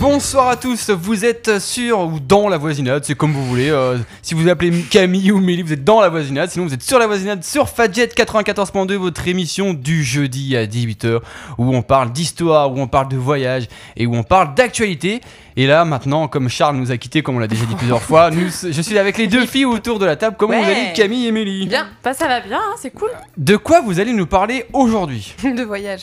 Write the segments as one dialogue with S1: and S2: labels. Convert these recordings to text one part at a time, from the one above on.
S1: Bonsoir à tous, vous êtes sur ou dans la voisinade, c'est comme vous voulez. euh, si vous appelez Camille ou Mélie, vous êtes dans la voisinade, sinon vous êtes sur la voisinade sur Fadjet 94.2, votre émission du jeudi à 18h, où on parle d'histoire, où on parle de voyage et où on parle d'actualité. Et là, maintenant, comme Charles nous a quittés, comme on l'a déjà dit plusieurs fois, nous, je suis avec les deux filles autour de la table. Comment vous
S2: Ouais.
S1: allez, Camille et Mélie
S2: Bien, bah ça va bien, hein, c'est cool
S1: De quoi vous allez nous parler aujourd'hui
S2: de voyage.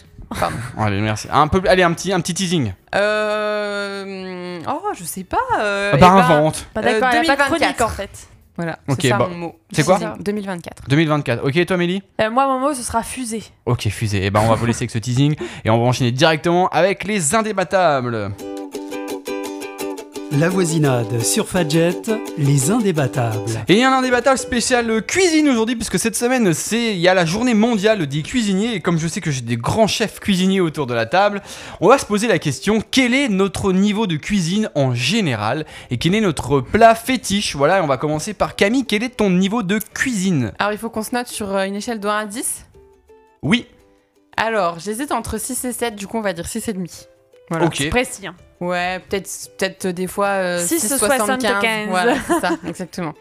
S1: Allez, merci. Un peu, allez, un petit, un petit teasing.
S2: Euh... Oh, je sais pas. Euh,
S1: Bah,
S2: eh ben,
S1: invente.
S3: Pas d'accord,
S2: Euh,
S3: elle a pas de
S2: 2024.
S3: chronique en fait.
S2: Voilà,
S1: Ok,
S2: c'est ça
S1: bah,
S2: mon mot.
S1: c'est quoi
S2: ça, 2024.
S1: 2024. Ok, et toi, Mélie
S3: Euh, moi, mon mot, ce sera fusée.
S1: Ok, fusée. Et ben, on va vous laisser avec ce teasing et on va enchaîner directement avec les indébattables.
S4: La voisinade sur Fadjet, les indébattables.
S1: Et un indébattable spécial euh, cuisine aujourd'hui, puisque cette semaine, c'est il y a la journée mondiale des cuisiniers. Et comme je sais que j'ai des grands chefs cuisiniers autour de la table, on va se poser la question quel est notre niveau de cuisine en général et quel est notre plat fétiche Voilà, et on va commencer par Camille. Quel est ton niveau de cuisine
S2: Alors, il faut qu'on se note sur euh, une échelle de 1 à 10.
S1: Oui.
S2: Alors, j'hésite entre 6 et 7, du coup, on va dire 6,5. Voilà.
S1: Ok.
S3: C'est précis. hein.
S2: Ouais, peut-être peut-être des fois euh,
S3: 6,
S2: 6,75.
S3: 75.
S2: Voilà, c'est ça, exactement.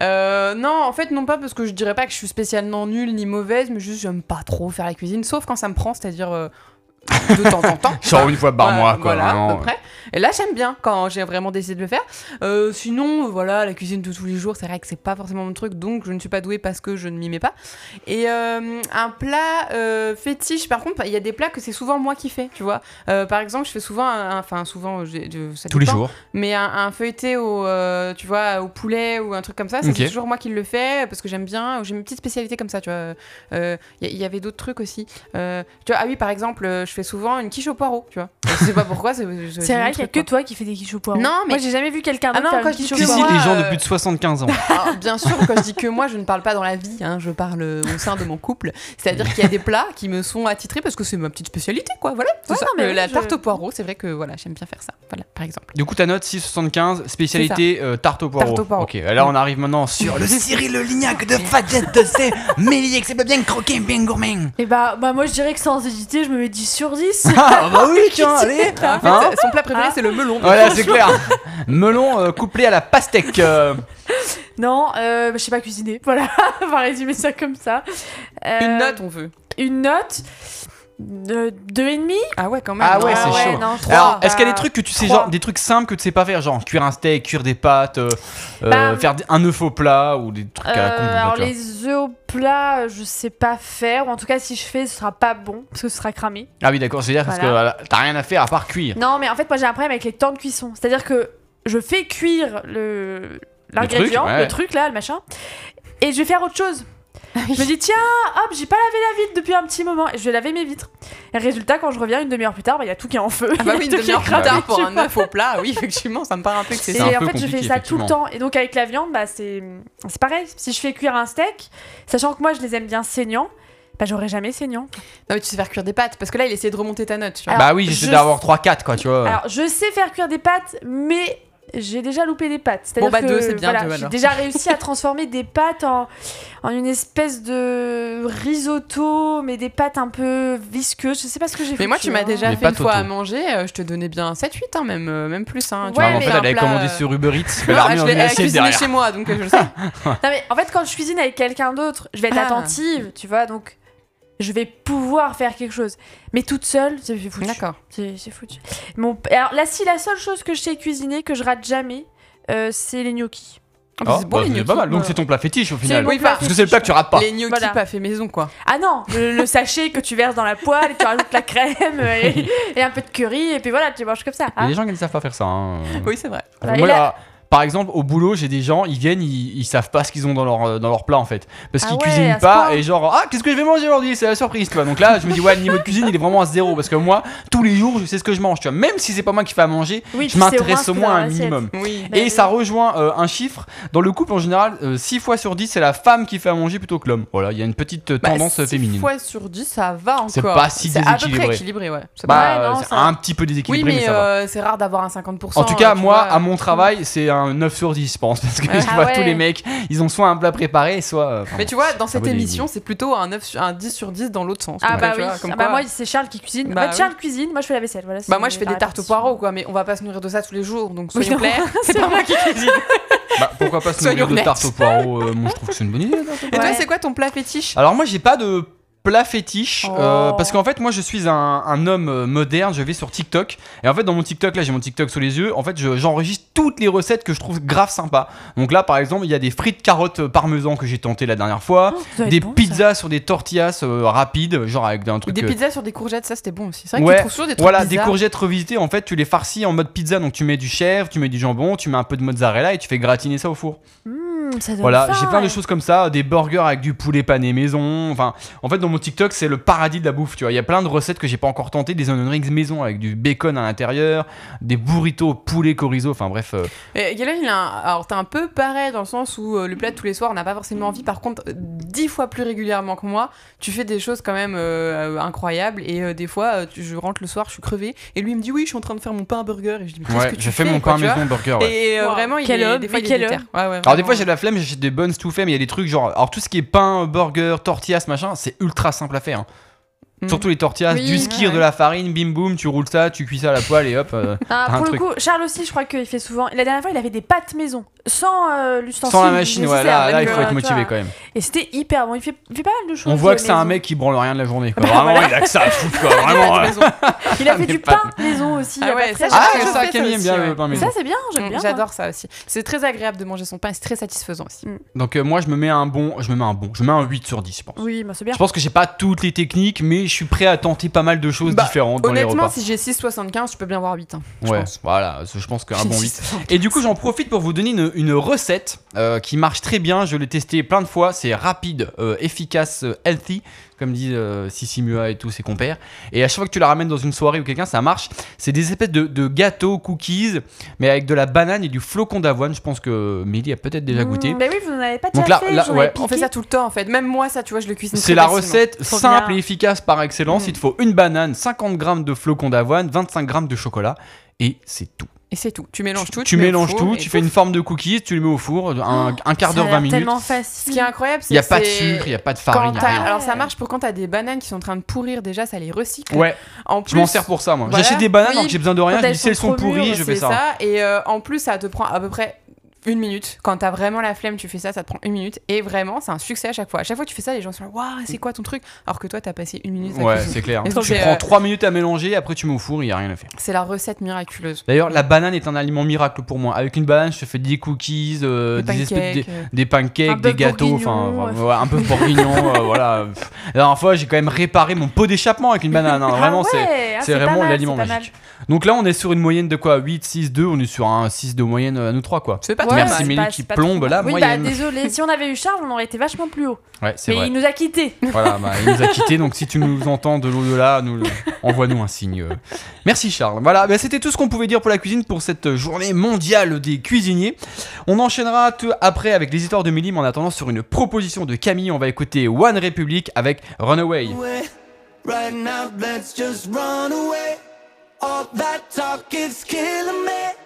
S2: Euh, non, en fait, non pas parce que je dirais pas que je suis spécialement nulle ni mauvaise, mais juste j'aime pas trop faire la cuisine, sauf quand ça me prend, c'est-à-dire euh, de temps en temps.
S1: Genre une fois par
S2: Voilà,
S1: mois, quoi.
S2: Bah, Voilà,
S1: vraiment,
S2: à peu près. Et là, j'aime bien quand j'ai vraiment décidé de le faire. Euh, sinon, voilà, la cuisine de tous les jours, c'est vrai que c'est pas forcément mon truc, donc je ne suis pas douée parce que je ne m'y mets pas. Et euh, un plat euh, fétiche, par contre, il y a des plats que c'est souvent moi qui fais, tu vois. Euh, par exemple, je fais souvent, un- un- enfin souvent, j'ai- je- ça
S1: Tous les
S2: dépend,
S1: jours.
S2: mais un, un feuilleté au, euh, tu vois, au poulet ou un truc comme ça, ça,
S1: Ok.
S2: c'est toujours moi qui le fais parce que j'aime bien, ou j'ai une petite spécialité comme ça, tu vois. Il y, y avait d'autres trucs aussi. Euh, tu vois, ah oui, par exemple, euh, je fais souvent une quiche au poireau, tu vois. Je sais pas pourquoi, c'est
S3: C'est vrai qu'il y a que
S2: toi.
S3: toi qui fais des quiches au poireau.
S2: Non, mais-
S3: Moi, j'ai jamais vu quelqu'un
S2: Ah
S3: d'autre
S2: non,
S3: faire
S2: quand
S3: une
S2: je dis
S3: quiche au
S1: Si,
S2: que
S1: si,
S3: poireau.
S2: moi,
S1: les gens
S2: euh,
S1: de plus de 75 ans.
S2: Alors, Ah, bien sûr, quand je dis que moi, je ne parle pas dans la vie, hein, je parle au sein de mon couple. C'est-à-dire qu'il y a des plats qui me sont attitrés parce que c'est ma petite spécialité, quoi. Voilà, c'est
S3: Ouais,
S2: ça.
S3: non, mais
S2: Euh,
S3: oui,
S2: la
S3: je-
S2: tarte au poireau, c'est vrai que voilà, j'aime bien faire ça. Voilà, par exemple.
S1: Du coup, ta note 6,75, spécialité euh, tarte au poireau.
S2: Tarte au poireau.
S1: Ok, là on arrive maintenant sur le Cyril Lignac de Fadjet de C. Mélie, que c'est pas bien croqué, bien gourmet.
S3: Et bah, bah, moi, je dirais que sans hésiter, je me mets 10 sur 10.
S1: Ah bah oui, tiens, allez
S2: En fait,
S1: Hein
S2: son plat préféré,
S3: Ah.
S2: c'est le melon.
S1: Voilà, c'est clair. Melon euh, couplé à la pastèque. euh,
S3: non, euh, bah, je sais pas cuisiner. Voilà, on va résumer ça comme ça. Euh,
S2: Une note, on veut.
S3: Une note. De deux et demi
S2: Ah ouais, quand même.
S1: Ah ouais,
S2: non.
S1: c'est chaud.
S3: non,
S2: Trois.
S1: Alors,
S3: trois.
S1: est-ce qu'il y a des
S3: Bah,
S1: trucs que tu sais,
S3: trois.
S1: genre des trucs simples que tu sais pas faire, genre cuire un steak, cuire des pâtes, euh, euh,
S3: Bah,
S1: faire des- un œuf au plat ou des trucs à la con.
S3: Euh,
S1: là,
S3: alors
S1: tu vois.
S3: les œufs au plat, euh, je sais pas faire. Ou en tout cas, si je fais, ce sera pas bon parce que ce sera cramé.
S1: Ah oui, d'accord, c'est-à-dire parce que
S3: Voilà.
S1: euh, t'as rien à faire à part cuire.
S3: Non, mais en fait, moi j'ai un problème avec les temps de cuisson. C'est-à-dire que je fais cuire le l'ingrédient,
S1: Le
S3: le,
S1: truc, ouais.
S3: truc là, le machin, et je vais faire autre chose. je me dis tiens, hop, j'ai pas lavé la vitre depuis un petit moment, et je vais laver mes vitres. Et résultat, quand je reviens une demi-heure plus tard, bah, il y a tout qui est en feu.
S2: Ah bah oui,
S3: Il
S2: une
S3: y a
S2: demi-heure
S3: tout qui est
S2: plus
S3: cramé,
S2: tard pour
S3: tu
S2: un
S3: vois.
S2: œuf au plat, oui, effectivement, ça me paraît un peu que c'est
S3: Et
S1: un
S2: ça.
S3: en
S1: peu
S3: fait, je
S1: compliqué,
S3: fais ça tout
S1: effectivement.
S3: le temps. Et donc, avec la viande, bah, c'est c'est pareil. Si je fais cuire un steak, sachant que moi, je les aime bien saignants, bah, j'aurais jamais saignant.
S2: Non, mais tu sais faire cuire des pâtes, parce que là, il essayait de remonter ta note, tu vois.
S3: Alors,
S1: bah oui, j'essaie
S3: je-
S1: d'avoir 3-4, quoi, tu vois.
S3: Alors, je sais faire cuire des pâtes, mais j'ai déjà loupé des pâtes. C'est-à-dire
S2: Bon, bah,
S3: que,
S2: deux, c'est bien,
S3: voilà,
S2: deux,
S3: J'ai
S2: alors.
S3: déjà réussi à transformer des pâtes en, en une espèce de risotto, mais des pâtes un peu visqueuses. Je sais pas ce que j'ai fait.
S2: mais moi, tu m'as déjà
S1: Mais
S2: fait
S1: pas
S2: une fois
S1: Toto.
S2: à manger, euh, je te donnais bien 7-8, hein, même, euh, même plus. Hein,
S3: Ouais,
S1: Tu vois, mais en
S3: mais euh,
S1: fait,
S3: un
S1: elle avait commandé
S2: euh,
S1: sur Uber Eats, que l'armée
S2: l'armée
S1: en
S2: Je
S3: euh,
S2: l'ai elle a
S1: IHL
S2: cuisiné
S1: derrière.
S2: chez moi, donc euh, je le sais.
S3: Non, mais en fait, quand je cuisine avec quelqu'un d'autre, je vais être
S2: Ah.
S3: attentive, tu vois, donc je vais pouvoir faire quelque chose. Mais toute seule, c'est foutu.
S2: D'accord.
S3: C'est c'est foutu. Mon... p- Alors là, si la seule chose que je sais cuisiner, que je rate jamais, euh, c'est les gnocchis.
S1: Oh,
S2: En plus, c'est bon,
S1: bah,
S2: les
S1: c'est
S2: gnocchis.
S1: pas mal. Donc
S3: euh.
S2: Ouais.
S1: c'est ton plat fétiche au final.
S3: mon
S2: Oui,
S3: plat
S2: parce
S1: Parce que c'est le plat que tu rates pas.
S2: Les gnocchis
S3: Voilà.
S2: pas fait maison, quoi.
S3: Ah non, le, le sachet que tu verses dans la poêle, et tu rajoutes la crème et, et un peu de curry, et puis voilà, tu manges comme ça.
S1: Il y a
S3: hein.
S1: des gens qui ne savent pas faire ça. hein.
S2: Oui, c'est vrai.
S3: Bah,
S1: Moi,
S3: et là-
S1: là, par exemple, au boulot, j'ai des gens, ils viennent, ils, ils savent pas ce qu'ils ont dans leur, euh, dans leur plat en fait. Parce
S3: Ah
S1: qu'ils
S3: ouais, à
S1: cuisinent
S3: ce
S1: pas
S3: point.
S1: et genre, ah, qu'est-ce que je vais manger aujourd'hui C'est la surprise, tu vois. Donc là, je me dis, ouais, le niveau de cuisine, il est vraiment à zéro. Parce que moi, tous les jours, je sais ce que je mange, tu vois. Même si c'est pas moi qui fais à manger,
S3: Oui,
S1: je
S3: tu sais au moins
S1: m'intéresse
S3: ce
S1: au
S3: qu'il y a
S1: moins
S3: dans
S1: un
S3: l'assiette.
S1: minimum.
S2: Oui.
S3: Bah
S1: Et
S3: oui.
S1: ça rejoint euh, un chiffre. Dans le couple, en général, 6 fois sur 10, c'est la femme qui fait à manger plutôt que l'homme. Voilà, il y a une petite
S3: Bah,
S1: euh, tendance
S2: Bah, six
S1: féminine.
S2: fois sur 10, ça va encore.
S1: C'est pas si
S2: à peu près
S1: déséquilibré.
S2: équilibré, ouais. Ça
S1: Bah,
S3: Ouais,
S1: euh,
S3: non,
S1: c'est
S3: ça-
S1: un petit peu
S2: Oui,
S1: déséquilibré, mais,
S2: mais
S1: ça va.
S2: euh, c'est rare d'avoir un 50%.
S1: En tout cas,
S2: euh, tu
S1: moi,
S2: vois.
S1: à mon travail, c'est un, un 9 sur 10, je pense. Parce que
S2: Ah
S1: je vois
S3: ouais.
S1: tous les mecs, ils ont soit un plat préparé, soit. euh, enfin,
S2: Mais tu vois, dans cette
S1: oui, oui,
S2: émission, c'est plutôt un, 9 sur- un 10 sur 10 dans l'autre sens.
S3: Ah
S2: donc,
S3: bah
S2: tu
S3: oui.
S2: vois, comme
S3: Ah bah
S2: quoi-
S3: moi c'est Charles qui cuisine.
S2: Bah
S3: Bah,
S2: oui.
S3: Charles cuisine, moi je fais la vaisselle. Voilà,
S2: Bah
S3: c'est
S2: moi je fais
S3: la
S2: des tartes aux
S3: répartition.
S2: poireaux quoi, mais on va pas se nourrir de ça tous les jours, donc
S3: Oui,
S2: soyons
S3: non,
S2: clairs, c'est
S3: c'est
S2: pas
S3: vrai.
S2: moi qui cuisine.
S1: bah, pourquoi pas se
S2: Soyons
S1: nourrir de
S2: honnêtes.
S1: tarte aux poireaux euh, Moi, je trouve que c'est une bonne idée. la tarte aux
S2: Et toi
S3: Ouais.
S2: c'est quoi ton plat fétiche
S1: Alors moi j'ai pas de plat fétiche
S3: Oh.
S1: euh, parce qu'en fait moi je suis un, un homme euh, moderne je vais sur TikTok et en fait dans mon TikTok là j'ai mon TikTok sous les yeux en fait je- j'enregistre toutes les recettes que je trouve grave sympa donc là par exemple il y a des frites carottes euh, parmesan que j'ai tenté la dernière fois
S3: Oh, ça doit être
S1: des
S3: bon, ça.
S1: pizzas sur des tortillas euh, rapides genre avec un
S2: Ou
S1: truc
S2: des
S1: euh,
S2: pizzas sur des courgettes, ça c'était bon aussi. C'est vrai que
S1: Ouais,
S2: tu trouves toujours des trucs
S1: voilà, des
S2: bizarres.
S1: courgettes revisitées, en fait, tu les farcis en mode pizza, donc tu mets du chèvre, tu mets du jambon, tu mets un peu de mozzarella et tu fais gratiner ça au four.
S3: Mmh, ça donne
S1: Voilà,
S3: faim,
S1: j'ai plein de
S3: ouais.
S1: choses comme Hmm, ça, des burgers avec du poulet pané maison. Enfin, en fait, dans mon TikTok, c'est le paradis de la bouffe, tu vois. Il y a plein de recettes que j'ai pas encore tentées, des onion rings maison avec du bacon à l'intérieur, des burritos au poulet chorizo. Enfin bref, euh,
S2: Et Galen, il a un... alors t'es un peu pareil dans le sens où euh, le plat de tous les soirs, on n'a pas forcément envie. Par contre, euh, dix fois plus régulièrement que moi, tu fais des choses quand même euh, euh, incroyables. Et euh, des fois, euh, tu- je rentre le soir, je suis crevée. Et lui il me dit oui, je suis en train de faire mon pain à burger. Et je dis mais qu'est-ce
S1: ouais,
S2: que tu
S1: je fais mon
S2: quoi,
S1: pain
S2: tu vois
S1: maison burger. ouais.
S2: Et euh,
S3: Wow.
S2: vraiment, il
S3: Quel
S2: est,
S3: homme,
S2: des fois, il
S3: mais
S2: est
S3: quel
S2: déter.
S3: homme.
S2: Ouais, ouais,
S1: Alors des
S2: vraiment.
S1: fois j'ai de la flemme, j'achète des bonnes tout mais il y a des trucs genre alors tout ce qui est pain, burger, tortillas, machin, c'est ultra simple à faire. hein.
S2: Mhm.
S1: Surtout les tortillas,
S3: Oui,
S1: du skir,
S2: ouais.
S1: de la farine, bim boum, tu roules ça, tu cuis ça à la poêle et hop. euh,
S3: Ah,
S1: Un
S3: pour le
S1: truc.
S3: coup, Charles aussi, je crois qu'il fait souvent. La dernière fois, il avait des pâtes maison, sans euh, l'ustensile.
S1: sans la machine, ouais,
S3: nécessaire,
S1: là, là,
S3: donc,
S1: il faut
S3: euh,
S1: être
S3: tu
S1: motivé
S3: vois.
S1: quand même.
S3: Et c'était hyper bon. Il fait, il fait pas mal de choses.
S1: On voit que
S3: euh,
S1: c'est un
S3: maison.
S1: mec qui branle rien de la journée. Quoi.
S3: Bah,
S1: Vraiment,
S3: voilà.
S1: il a que ça à foutre, quoi. Vraiment. euh.
S2: Des
S3: Ah,
S2: maisons.
S3: Il a fait
S1: Des
S3: du
S1: pâtes.
S3: pain maison aussi. il y a
S2: Ah ouais,
S3: pas très
S2: ça,
S1: Ah,
S3: longtemps.
S2: j'ai
S1: ça,
S2: fait ça
S1: Camille aime
S2: aussi,
S1: bien
S2: ouais.
S1: le pain maison.
S3: Ça, c'est bien, j'aime bien. moi.
S2: Mm, J'adore ça aussi. C'est très agréable de manger son pain, et c'est très satisfaisant aussi.
S1: Donc euh, moi je me mets un bon, je me mets un bon, je mets un 8 sur 10 je pense.
S3: Oui, bah, c'est bien.
S1: Je pense que j'ai pas toutes les techniques mais je suis prêt à tenter pas mal de choses
S2: Bah,
S1: différentes dans les
S2: Honnêtement,
S1: repas.
S2: si j'ai 6,75, je peux bien voir 8. hein, je
S1: ouais,
S2: pense.
S1: voilà, je pense qu'un
S2: J'ai
S1: Ah, bon 8.
S2: 6,75.
S1: Et du coup j'en profite pour vous donner une, une recette euh, qui marche très bien, je l'ai testé plein de fois, c'est rapide, euh, efficace, euh, healthy, comme dit euh, Sissi Mua et tous ses compères. Et à chaque fois que tu la ramènes dans une soirée ou quelqu'un ça marche, c'est des espèces de, de gâteaux, cookies, mais avec de la banane et du flocon d'avoine, je pense que Mélie a peut-être déjà goûté.
S3: Mmh, Mais oui, vous n'en avez pas
S1: Donc
S3: déjà
S1: là-
S3: fait.
S1: là,
S3: j'en avais
S1: ouais.
S2: On fait
S3: piqué.
S2: ça tout le temps en fait. Même moi, ça, tu vois, je le cuisine.
S1: C'est
S2: très
S1: la
S2: facilement.
S1: recette
S3: Trop
S1: simple
S3: bien.
S1: et efficace par excellence.
S2: Mm.
S1: Il te faut une banane, 50 grammes de flocons d'avoine, 25 grammes de chocolat et c'est tout.
S2: Et c'est tout. Tu mélanges tout.
S1: tu
S2: mets au
S1: mélanges
S2: four
S1: tout,
S2: et Oh,
S1: tu fais une forme de cookies, tu les mets au four, un, un quart
S3: Ça
S1: d'heure,
S3: a
S1: 20
S3: l'air
S1: minutes.
S3: Tellement
S2: Ce qui est
S3: facile.
S2: incroyable, c'est
S1: Il n'y a
S2: que
S1: pas de
S2: c'est-
S1: sucre, il n'y a pas de
S2: quand
S1: farine, y a
S2: t'as-
S1: rien.
S2: Alors ça marche pour quand t'as des bananes qui sont en train de pourrir déjà, ça les recycle.
S1: Ouais,
S2: En
S1: je m'en
S2: plus-
S1: sers pour ça moi.
S2: voilà.
S1: J'achète des bananes
S2: Oui,
S1: alors que j'ai besoin de rien,
S3: quand
S1: je
S3: elles
S1: dis si elles
S3: sont
S1: sont
S3: trop mûres,
S1: pourries, je fais
S2: C'est
S1: ça.
S2: ça. Et euh, en plus, ça te prend à peu près une minute. Quand t'as vraiment la flemme, tu fais ça, ça te prend une minute. Et vraiment, c'est un succès à chaque fois. À chaque fois que tu fais ça, les gens sont là, waouh, c'est quoi ton truc Alors que toi, t'as passé une minute à
S1: Ouais,
S2: cuisiner.
S1: c'est clair.
S2: Et donc,
S1: Tu
S2: c'est,
S1: prends
S2: euh,
S1: 3 minutes à mélanger, après tu mets au four, il n'y a rien à faire.
S2: C'est la recette miraculeuse.
S1: D'ailleurs, la banane est un aliment miracle pour moi. Avec une banane, je te fais des cookies, euh,
S2: Les
S1: des espèces,
S2: pancakes,
S1: des-
S2: euh,
S1: des
S3: Un
S1: pancakes, des
S3: bœuf
S1: gâteaux,
S3: bourguignon,
S1: enfin
S3: euh.
S1: voilà, un peu bourguignon, euh, voilà. Pff, La dernière fois, j'ai quand même réparé mon pot d'échappement avec une banane. hein. Vraiment,
S3: Ah
S1: c'est.
S3: ouais, ah,
S1: c'est
S3: pas
S1: vraiment
S3: mal,
S1: l'aliment
S3: c'est pas mal.
S1: magique. Donc là, on est sur une moyenne de quoi 8, 6, 2. On est sur un 6 de moyenne euh, à nous trois, quoi.
S2: C'est pas
S3: Ouais,
S2: trop
S1: Merci
S2: mal.
S3: mais-
S1: Mélie
S3: pas-
S1: qui
S3: c'est pas trop
S1: plombe
S3: mal.
S1: la
S3: Oui, bah
S1: moyenne.
S3: désolé, si on avait eu Charles, on aurait été vachement plus haut.
S1: Ouais, c'est
S3: Mais
S1: vrai.
S3: il nous a quittés.
S1: Voilà, bah, il nous a quittés. Donc si tu nous entends de l'au-delà, nous le- envoie-nous un signe. euh. Merci Charles. Voilà, bah, c'était tout ce qu'on pouvait dire pour la cuisine pour cette journée mondiale des cuisiniers. On enchaînera tout après avec les histoires de Mélie, mais en attendant sur une proposition de Camille, on va écouter One Republic avec Runaway.
S5: away. Right now, let's just run away. All that talk is killing me.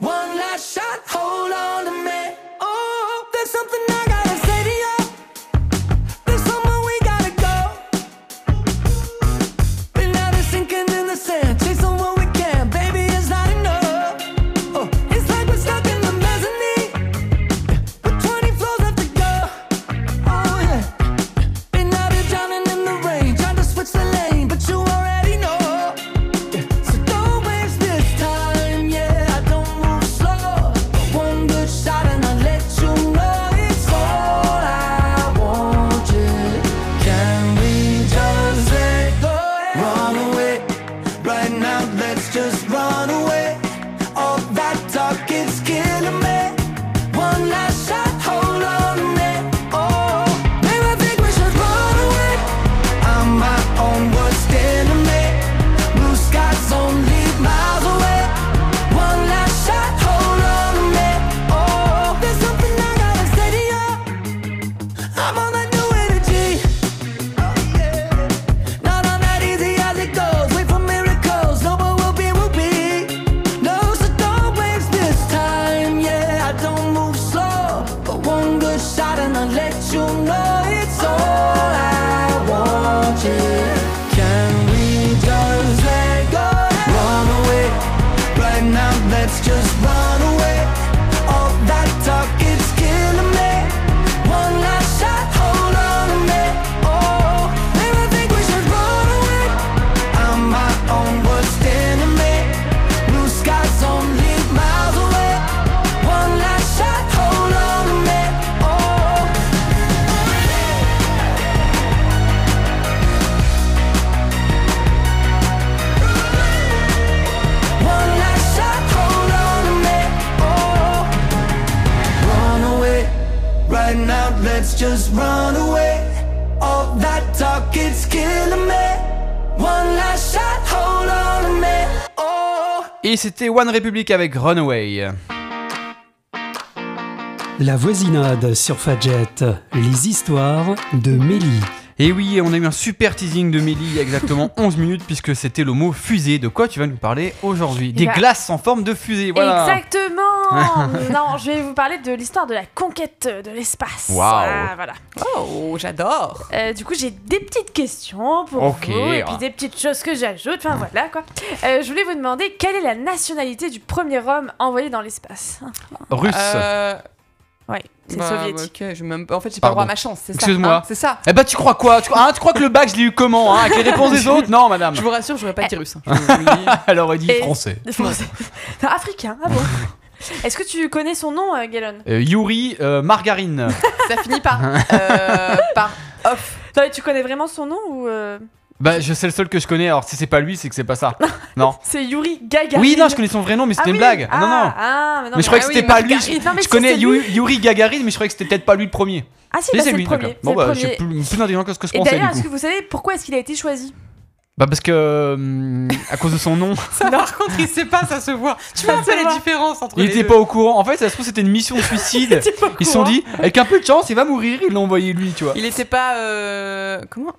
S5: One last shot, hold on to me. Oh, there's something I gotta say to you. There's somewhere we gotta go. We're not sinking in the sand, chasing what we can. Baby, it's not enough. Oh, it's like we're stuck in the mezzanine. With 20 floors left to go. Oh, yeah. Been out here drowning in the rain, trying to switch the lane, but you already know. Yeah, So don't waste this time, yeah. I don't move slow. But One good shot and I let you know it's all I want. Yeah. Can we just let go? Run away, right now. Let's just run away. All that talk is killing me. One last shot, hold on to me. Oh, maybe I think we should run away. I'm my own worst enemy. Blue skies only miles away. One last shot, hold on to me. Oh, there's something I gotta say to you. I'm on that new energy. Oh yeah. Not on that easy as it goes. Wait for miracles. No, but will be, will be. No, so don't waste this time. Yeah, I
S6: Oh, Oh,
S5: just run away. All that talk, it's killing me. One last shot, hold on to me. Oh.
S1: Et c'était One Republic avec Runaway.
S4: La voisinade sur Fadjet. Les histoires de Mélie.
S1: Et oui, on a eu un super teasing de Mélie il y a exactement 11 minutes puisque c'était le mot fusée. De quoi tu vas nous parler aujourd'hui Des
S3: bah-
S1: glaces en forme de fusée, voilà.
S3: Exactement Non, je vais vous parler de l'histoire de la conquête de l'espace.
S1: Waouh.
S3: Ah, voilà.
S2: Oh, j'adore.
S3: Euh, du coup, j'ai des petites questions pour
S1: Ok.
S3: vous et puis des petites choses que j'ajoute. Enfin, voilà quoi. Euh, je voulais vous demander quelle est la nationalité du premier homme envoyé dans l'espace
S1: Russe.
S2: Euh,
S3: Ouais, c'est
S2: bah,
S3: soviétique.
S2: ok, j'ai même... En fait, j'ai pas le droit à ma chance, c'est ça.
S1: Excuse-moi.
S2: hein, c'est ça.
S1: Eh bah tu crois quoi tu crois, hein, tu crois que le bac je l'ai eu comment hein, Avec les réponses des autres Non madame.
S2: Je vous rassure, j'aurais pas dit russe. hein. Je vous le dis.
S1: Elle aurait dit
S3: Et-
S1: français.
S3: Français. Non, africain, ah bon Est-ce que tu connais son nom, euh, Galen
S1: Euh, Yuri euh, Margarine.
S2: ça finit par. euh, par off.
S3: Non, mais tu connais vraiment son nom ou euh,
S1: bah je sais le seul que je connais, alors si c'est pas lui c'est que c'est pas ça. Non.
S3: c'est Yuri Gagarin
S1: Oui non je connais son vrai nom mais
S3: Ah
S1: c'était une
S3: oui,
S1: blague.
S3: ah,
S1: non non.
S3: Ah, mais non,
S1: mais je croyais que
S2: ah oui,
S1: c'était pas lui.
S2: Margarine.
S1: Je,
S3: Non, mais
S1: je
S3: si,
S1: connais
S3: c'est
S1: Yu- Yuri, Gagarin mais je croyais que c'était peut-être pas lui le premier.
S3: Ah si,
S1: Mais
S3: bah, c'est le
S1: lui
S3: premier.
S1: Bon
S3: c'est le
S1: bah je suis
S3: premier.
S1: plus, plus intelligent que ce que je
S3: Et
S1: pensais
S3: d'ailleurs,
S1: du
S3: est-ce
S1: coup.
S3: que vous savez pourquoi est-ce qu'il a été choisi
S1: Bah parce que euh, à cause de son nom.
S2: Ça, par contre, il sait pas, ça se voit. Tu vois un peu
S3: se
S2: la
S3: voit.
S2: différence entre
S1: Il
S2: les
S1: était
S2: deux.
S1: pas au courant. En fait, ça se trouve, c'était une mission de suicide. Ils se sont dit, avec un peu de chance, il va mourir. Ils l'ont envoyé lui, tu vois.
S2: Il était pas. euh, Comment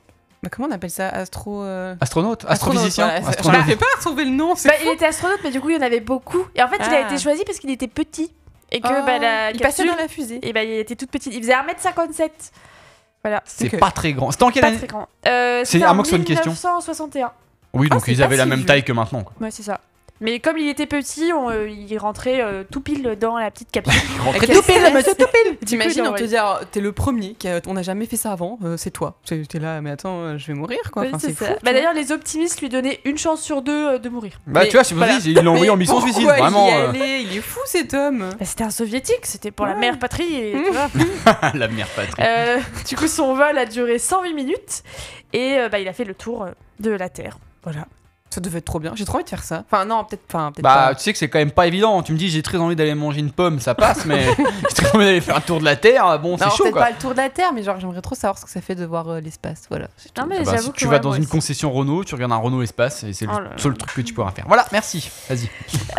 S2: bah, Comment on appelle ça Astro. euh,
S1: Astronaute,
S2: astronaute,
S1: astrophysicien.
S2: voilà, c'est-
S1: astronaute.
S2: J'arrivais pas à trouver le nom. c'est
S3: Bah,
S2: fou.
S3: il était astronaute, mais du coup, il y en avait beaucoup. Et en fait, il a
S2: Ah.
S3: été choisi parce qu'il était petit. Et que
S2: Oh,
S3: bah, la
S2: il passait
S3: capsule,
S2: dans la fusée.
S3: et bah, il était toute petite. Il faisait 1m57. Voilà.
S1: C'est
S2: Ok.
S1: pas très grand. C'était en quelle
S3: Bah, Pas
S1: année
S3: très grand. Euh,
S1: C'est-
S3: c'était
S1: à
S3: en
S1: moins que ce soit une question.
S3: 1961.
S1: Oui,
S2: Ah,
S1: donc
S2: c'est
S1: ils
S2: pas
S1: avaient la
S2: si
S1: même
S2: vieux.
S1: taille que maintenant. Quoi.
S3: Ouais, c'est ça. Mais comme il était petit, on, euh, il rentrait euh, tout pile dans la petite capsule.
S1: Ils rentraient-
S2: Quel
S3: Tout pile,
S2: stress.
S3: monsieur, tout pile.
S2: T'imagines, on te
S3: Ouais.
S2: dit, alors, t'es le premier, qui a- on n'a jamais fait ça avant, euh, c'est toi. T'es t'es là, mais attends, euh, je vais mourir quoi.
S3: Oui,
S2: Enfin,
S3: c'est
S2: c'est
S3: ça.
S2: fou.
S3: Bah, D'ailleurs, les optimistes lui donnaient une chance sur deux euh, de mourir.
S1: Bah, tu vois, je me
S2: voilà.
S1: dis, ils l'ont envoyé en
S2: Mais
S1: mission suicide.
S2: pourquoi
S1: Vraiment,
S2: y
S1: euh,
S2: aller Il est fou cet homme.
S3: Bah, c'était un soviétique, c'était pour la
S2: Ouais.
S3: meilleure patrie. Et, tu
S2: Mmh.
S3: vois.
S1: la mère patrie.
S3: Mm. Euh, du coup, son vol a duré 108 minutes et euh, bah, il a fait le tour euh, de la Terre. Voilà.
S2: Ça devait être trop bien. J'ai trop envie de faire ça. Enfin, non, peut-être enfin, peut
S1: Bah,
S2: pas.
S1: tu sais que c'est quand même pas évident. Tu me dis, j'ai très envie d'aller manger une pomme, ça passe, mais j'ai très envie d'aller faire un tour de la Terre. Bon, c'est
S2: Alors,
S1: chaud
S2: peut-être
S1: quoi.
S2: pas le tour de la Terre, mais genre, j'aimerais trop savoir ce que ça fait de voir euh, l'espace. Voilà. c'est tout.
S3: Non, mais
S1: Ah bah,
S3: j'avoue
S1: si
S3: que
S1: tu
S3: ouais,
S1: vas dans
S3: moi
S1: une
S3: aussi.
S1: concession Renault, tu regardes un Renault espace et c'est le
S3: Oh là là.
S1: seul truc que tu pourras faire. Voilà, merci. Vas-y.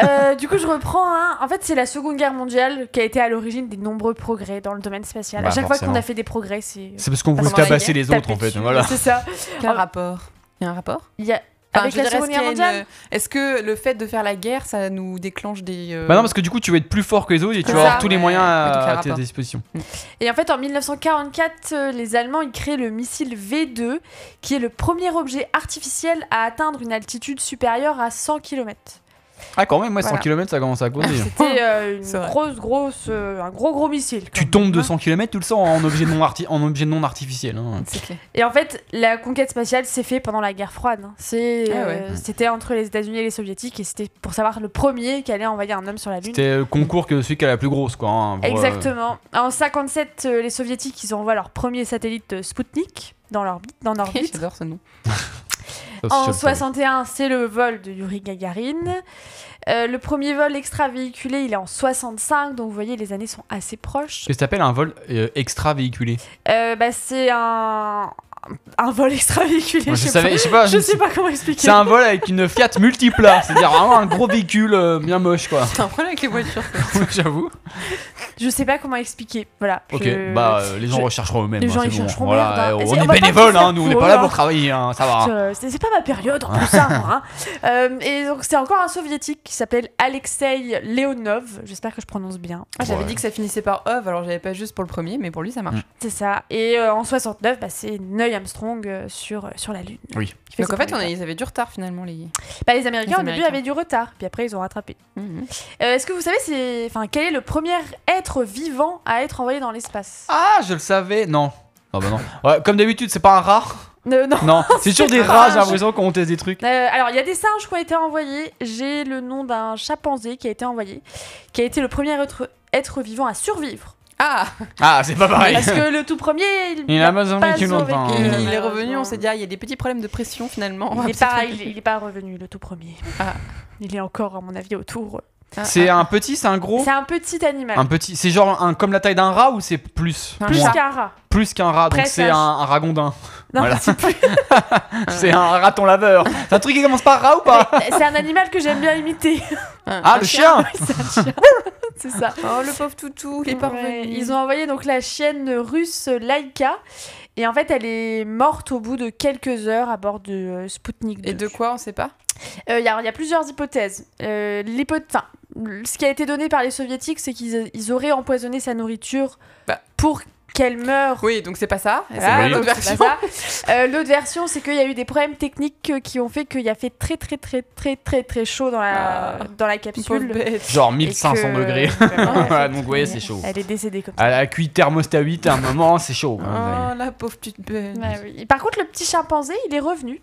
S3: Euh, du coup, je reprends. hein. En fait, c'est la Seconde Guerre mondiale qui a été à l'origine des nombreux progrès dans le domaine spatial.
S1: Bah,
S3: à chaque
S1: forcément.
S3: fois qu'on a fait des progrès, c'est.
S1: C'est parce qu'on voulait
S3: Parce qu'on a
S1: tabasser
S3: gagné,
S1: les autres
S3: taper
S1: en fait.
S3: dessus,
S1: Voilà.
S3: C'est ça.
S2: Quel
S3: Oh.
S2: rapport Il y a un rapport
S3: Il y a-
S2: Enfin,
S3: Avec
S2: je veux
S3: la
S2: dire, est-ce
S3: Seconde Guerre
S2: qu'il y a une- euh,
S3: mondiale
S2: Est-ce que le fait de faire la guerre, ça nous déclenche des. euh,
S1: Bah non, parce que du coup, tu vas être plus fort que les autres et tu
S3: C'est
S1: vas avoir
S3: ça,
S1: tous les
S2: ouais.
S1: moyens
S2: Ouais, donc, il y a un
S1: à ta
S2: rapport.
S1: disposition.
S3: Et en fait, en 1944, euh, les Allemands ils créent le missile V2, qui est le premier objet artificiel à atteindre une altitude supérieure à 100 km.
S1: Ah, quand même, ouais, 100
S3: Voilà.
S1: km, ça commence à compter.
S3: C'était euh, une
S2: C'est vrai.
S3: grosse, grosse, euh, un gros, gros missile. quand
S1: tu
S3: même.
S1: tombes de 100 km, tu le sens hein, en objet non, arti- en objet non artificiel. hein.
S2: C'est clair.
S3: Et en fait, la conquête spatiale s'est faite pendant la guerre froide. hein. C'est,
S2: Ah
S3: euh, c'était entre les États-Unis et les Soviétiques, et c'était pour savoir le premier qui allait envoyer un homme sur la Lune.
S1: C'était le concours que celui qui a la plus grosse, quoi. hein, pour, euh,
S3: Exactement. En 57, euh, les Soviétiques, ils envoient leur premier satellite euh, Sputnik dans l'orbite. Dans l'orbite.
S2: J'adore ce nom.
S1: ça, c'est
S3: en
S1: sûr, ça.
S3: 61, c'est le vol de Yuri Gagarin. Euh, le premier vol extravéhiculé, il est en 65, donc vous voyez, les années sont assez proches.
S1: Qu'est-ce que t'appelles un vol euh, extra-véhiculé
S3: Euh, bah, c'est un... un vol extravéhiculé.
S1: Moi,
S3: je
S1: Je
S3: sais
S1: savais,
S3: pas.
S1: je sais pas.
S3: Je
S1: je-
S3: sais pas comment expliquer.
S1: C'est un vol avec une Fiat Multipla, c'est-à-dire vraiment un gros véhicule euh, bien moche, quoi.
S2: C'est un problème avec les voitures.
S1: J'avoue.
S3: Je sais pas comment expliquer. Voilà.
S1: Ok,
S3: Je-
S1: bah euh, les gens
S3: je-
S1: rechercheront eux-mêmes.
S3: les
S1: hein,
S3: gens,
S1: c'est
S3: ils
S1: bon.
S3: chercheront,
S1: Voilà,
S3: merde, hein.
S1: euh,
S3: Et
S1: on
S3: c'est-
S1: est
S3: on va pas
S1: bénévoles,
S3: tout faire
S1: hein, nous on
S3: pour
S1: n'est
S3: eux,
S1: pas là
S3: hein.
S1: pour travailler, hein, ça va.
S3: Euh, C'est c'est pas ma période en plus, hein, moi, hein. Euh, et donc c'est encore un soviétique qui s'appelle Alexei Leonov, j'espère que je prononce bien,
S2: Ah, J'avais
S1: Ouais. Mm.
S2: dit que ça finissait par OV, alors j'avais pas juste pour le premier, mais pour lui ça marche.
S3: c'est ça. Et euh, en 69, bah, c'est Neil Armstrong euh, sur, euh, sur la Lune.
S1: Oui.
S3: Qui
S2: Donc
S3: son
S2: en fait, on a-
S3: premier
S2: ils avaient du retard finalement, les.
S3: pas. Bah, les Américains
S2: Les
S3: au début
S2: Américains.
S3: avaient du retard, puis après ils ont rattrapé.
S2: Mm-hmm.
S3: Euh, Est-ce que vous savez c'est, enfin, quel est le premier être vivant à être envoyé dans l'espace
S1: Ah, je le savais, non. Non, bah non. Ouais, comme d'habitude, c'est pas un rare
S3: Euh, Non.
S1: Non, c'est toujours des
S3: C'est
S1: rats,
S3: rare.
S1: j'ai l'impression qu'on teste des trucs.
S3: Euh, alors, il y a des singes qui ont été envoyés. J'ai le nom d'un chimpanzé qui a été envoyé, qui a été le premier être, être vivant à survivre.
S2: Ah
S1: Ah, c'est pas pareil.
S3: Parce que le tout premier, il
S1: Il y en a pas survécu
S3: pas survécu
S1: longtemps.
S2: Il,
S1: Euh,
S2: il est revenu, on s'est dit, ah, il y a des petits problèmes de pression finalement.
S3: Il n'est pas, il- il est pas revenu, le tout premier.
S2: Ah.
S3: Il est encore, à mon avis, autour
S2: Ah,
S1: C'est
S2: ah,
S1: un petit, c'est un gros
S3: C'est un petit animal.
S1: Un petit, c'est genre un, comme la taille d'un rat ou c'est plus
S2: Plus
S3: Plus
S1: Moins.
S3: qu'un rat.
S1: Plus qu'un rat, donc
S3: Presque
S1: c'est
S3: un-
S1: un, un ragondin.
S3: Non,
S1: Voilà.
S3: c'est plus- Ah
S1: C'est un raton laveur. C'est un truc qui commence par rat ou pas
S3: c'est un animal que j'aime bien imiter.
S2: ah,
S1: Ah, le chien
S3: Oui, c'est un chien. c'est ça.
S2: Oh, le pauvre toutou, il est parvenu.
S3: Ouais, Ils ont envoyé donc la chienne russe Laika. Et en fait, elle est morte au bout de quelques heures à bord de euh, Sputnik 2.
S2: Et de quoi, on sait pas
S3: Euh, Il y, a- alors, il y a plusieurs hypothèses. Euh, l'hypo- enfin, l- ce qui a été donné par les soviétiques, c'est qu'ils euh, ils auraient empoisonné sa nourriture
S2: Bah.
S3: pour qu'elle meure.
S2: Oui, donc c'est pas ça. Et Ah, c'est
S3: Voilà,
S2: pas
S1: Oui.
S3: donc
S2: l'autre
S3: c'est
S2: version.
S3: pas ça. Euh, L'autre version, c'est qu'il y a eu des problèmes techniques euh, qui ont fait qu'il y a fait très très très très très très chaud dans la,
S2: Ah.
S3: dans la
S2: Pauvre
S3: capsule.
S2: bête.
S1: Genre
S3: Et
S1: 1500
S3: que-
S1: degrés. Ah
S3: Vraiment,
S1: Voilà, donc ouais, c'est chaud.
S3: Elle est décédée comme ça.
S1: Elle a cuit thermostat 8 à un moment, c'est chaud.
S2: Oh, la pauvre petite bête.
S3: Ouais, oui. Et Par contre, le petit chimpanzé, il est revenu.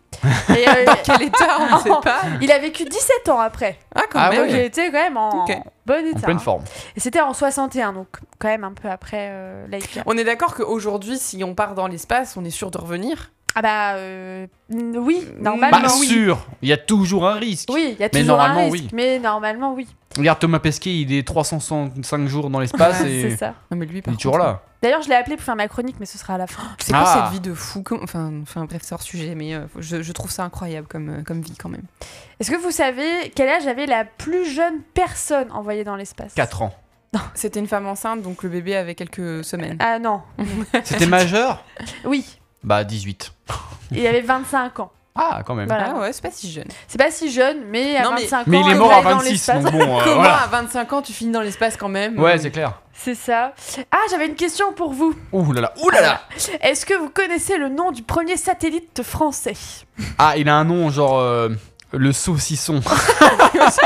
S3: Et, euh,
S2: Quel état, on ne sait pas.
S3: il a vécu 17 ans après.
S2: Ah, quand
S1: Ah
S2: même.
S3: Donc
S1: ouais.
S3: il était quand même en
S2: Ok.
S3: bon
S1: En
S3: état.
S1: pleine
S3: hein.
S1: forme.
S3: Et c'était en 61, donc quand même un peu après euh, Laika.
S2: On est d'accord qu'aujourd'hui, si on part dans l'espace, on est sûr de revenir.
S3: Ah bah euh, n- oui,
S1: Pas
S3: normalement oui.
S1: Bah, sûr, il y a toujours un risque.
S3: Oui, il y a
S1: Mais
S3: toujours un
S1: normalement,
S3: risque,
S1: oui.
S3: mais normalement oui.
S1: Regarde Thomas Pesquet, il est 365 jours dans l'espace
S3: Ouais,
S1: et
S3: c'est ça.
S2: Non, mais lui,
S1: il
S2: par
S1: est toujours là.
S3: D'ailleurs, je l'ai appelé pour faire ma chronique, mais ce sera à la fin.
S2: C'est quoi
S1: Ah.
S2: cette vie de fou comme- enfin, enfin, bref, c'est hors sujet, mais euh, je, je trouve ça incroyable comme, euh, comme vie quand même.
S3: Est-ce que vous savez quel âge avait la plus jeune personne envoyée dans l'espace
S1: 4 ans.
S2: C'était une femme enceinte, donc le bébé avait quelques semaines.
S3: Ah non,
S1: C'était majeur
S3: oui,
S1: Bah 18.
S3: il avait 25 ans.
S1: Ah, quand même.
S3: Voilà.
S2: Ah ouais, c'est pas si jeune.
S3: C'est pas si jeune, mais à
S2: Non, mais-
S3: 25
S1: Mais
S3: ans,
S1: il est mort à
S3: allait dans
S1: 26,
S3: l'espace.
S1: donc bon, euh,
S2: Comment
S1: voilà.
S2: à 25 ans tu finis dans l'espace quand même
S1: Ouais, c'est clair.
S3: C'est ça. Ah, j'avais une question pour vous.
S1: Ouh là là, ouh là là
S3: Est-ce que vous connaissez le nom du premier satellite français
S1: Ah, il a un nom genre euh, le saucisson.
S2: Tu vois, c'est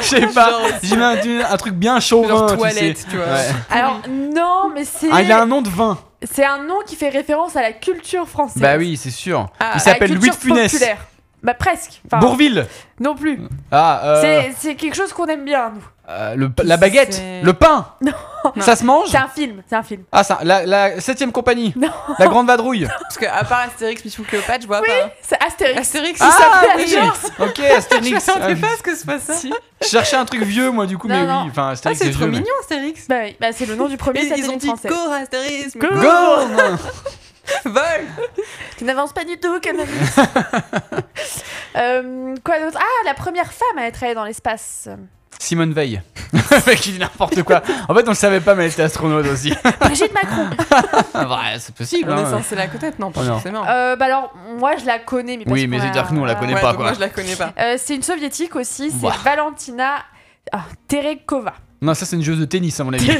S1: Je sais
S2: truc
S1: pas,
S2: genre-
S1: j'imagine un truc bien
S2: Genre
S1: chauvin, tu sais.
S2: toilette, tu vois.
S1: Ouais.
S3: Alors non, mais c'est
S1: Ah, il a un nom de vin.
S3: c'est un nom qui fait référence à la culture française.
S1: Bah oui, c'est sûr.
S2: Ah,
S1: Il
S3: À la
S1: s'appelle Louis
S3: culture
S1: de Funès.
S3: populaire. Bah presque. Enfin,
S1: Bourville.
S3: Non plus.
S1: Ah, euh,
S3: C'est- C'est quelque chose qu'on aime bien, nous.
S1: euh, le pa- la baguette,
S2: C'est-
S1: le pain.
S3: Non.
S1: Ça se mange
S3: C'est un film, c'est un film.
S1: Ah, ça, la, la septième compagnie.
S3: Non.
S1: La grande vadrouille.
S2: Parce que à part Astérix, Mission Cléopâtre, je vois
S3: C'est
S2: pas.
S3: Astérix.
S2: Astérix,
S1: Ah,
S3: s'appelle
S1: oui.
S3: Astérix.
S1: Ok,
S2: Je
S1: Astérix.
S2: m'attendais
S1: Ah,
S2: pas à ce que ce soit ça.
S1: Je cherchais un truc vieux, moi, du coup,
S3: Non,
S1: mais
S3: non.
S1: oui. Enfin,
S2: Ah,
S1: Astérix,
S2: c'est
S1: vieux,
S2: trop
S1: mais-
S2: mignon, Astérix.
S3: Bah oui, bah, c'est le nom du premier
S2: Mais
S3: satellite
S2: ils ont dit
S3: français.
S2: cours, Astérix,
S3: Cours.
S1: Go
S2: vol.
S3: Tu n'avances pas du tout, comme euh, Quoi d'autre Ah, la première femme à être allée dans l'espace.
S1: Simone Veil. Le mec, il dit n'importe quoi. En fait, on le savait pas, mais elle était astronaute aussi.
S3: Brigitte Macron.
S1: Ah, ouais, c'est possible.
S2: On est
S1: hein.
S2: censé la connaître, non, pas
S1: Oh, non.
S2: forcément.
S3: Euh, bah alors, moi je la connais, mais parce
S1: Oui, mais
S3: qu'on
S1: c'est-à-dire que nous, on la
S3: voilà.
S1: connaît
S2: Ouais,
S1: pas,
S2: donc
S1: quoi.
S2: Moi, je la connais pas.
S3: Euh, c'est une soviétique aussi, c'est
S1: Ouah.
S3: Valentina ah, Terekova.
S1: Non, ça, c'est une joueuse de tennis, à mon avis.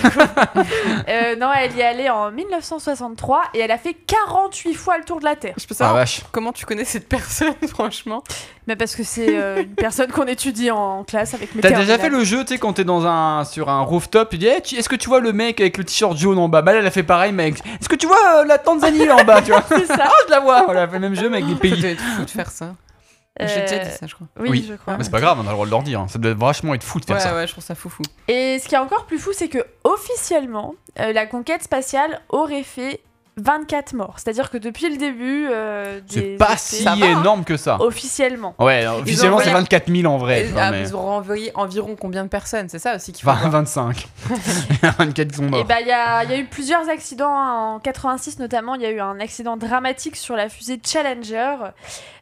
S3: Euh, non, elle y est allée en 1963 et elle a fait 48 fois le tour de la Terre.
S2: Je peux
S1: Ah,
S2: savoir
S1: vache.
S2: comment tu connais cette personne, franchement.
S3: Mais parce que c'est euh, une personne qu'on étudie en classe avec mes
S1: T'as déjà fait
S3: terminales.
S1: le jeu, tu sais, quand t'es dans un, sur un rooftop, tu dis Eh, tu- Est-ce que tu vois le mec avec le t-shirt jaune en bas Bah là, elle a fait pareil, mec. Est-ce que tu vois euh, la Tanzanie là en bas, tu vois
S3: C'est ça.
S1: Oh, Je la vois. On a fait le même jeu, mais avec des
S2: Ça
S1: pays.
S2: doit être fou de faire ça. J'ai déjà dit ça, je crois.
S3: Euh, Oui,
S1: Oui.
S3: je crois.
S1: Mais c'est pas grave, on a le droit de leur dire. hein. Ça doit vachement être fou de faire
S2: Ouais,
S1: ça.
S2: ouais, je trouve ça fou fou.
S3: Et ce qui est encore plus fou, c'est que officiellement, euh, la conquête spatiale aurait fait 24 morts. C'est-à-dire que depuis le début, euh,
S1: C'est
S3: des-
S1: pas
S3: des-
S1: si
S2: Ça va, hein.
S1: énorme que ça.
S3: officiellement.
S1: Ouais, non, officiellement, c'est
S2: envoyé-
S1: 24 000 en vrai.
S2: Et,
S1: tu vois,
S2: ah,
S1: mais-
S2: Ils auront envoyé environ combien de personnes C'est ça aussi qu'il faut.
S1: 20, 25. 24 qui sont
S3: Et
S2: Eh
S1: morts.
S2: ben,
S3: bah, il y, a il y a eu plusieurs accidents hein. en 86, notamment. Il y a eu un accident dramatique sur la fusée Challenger.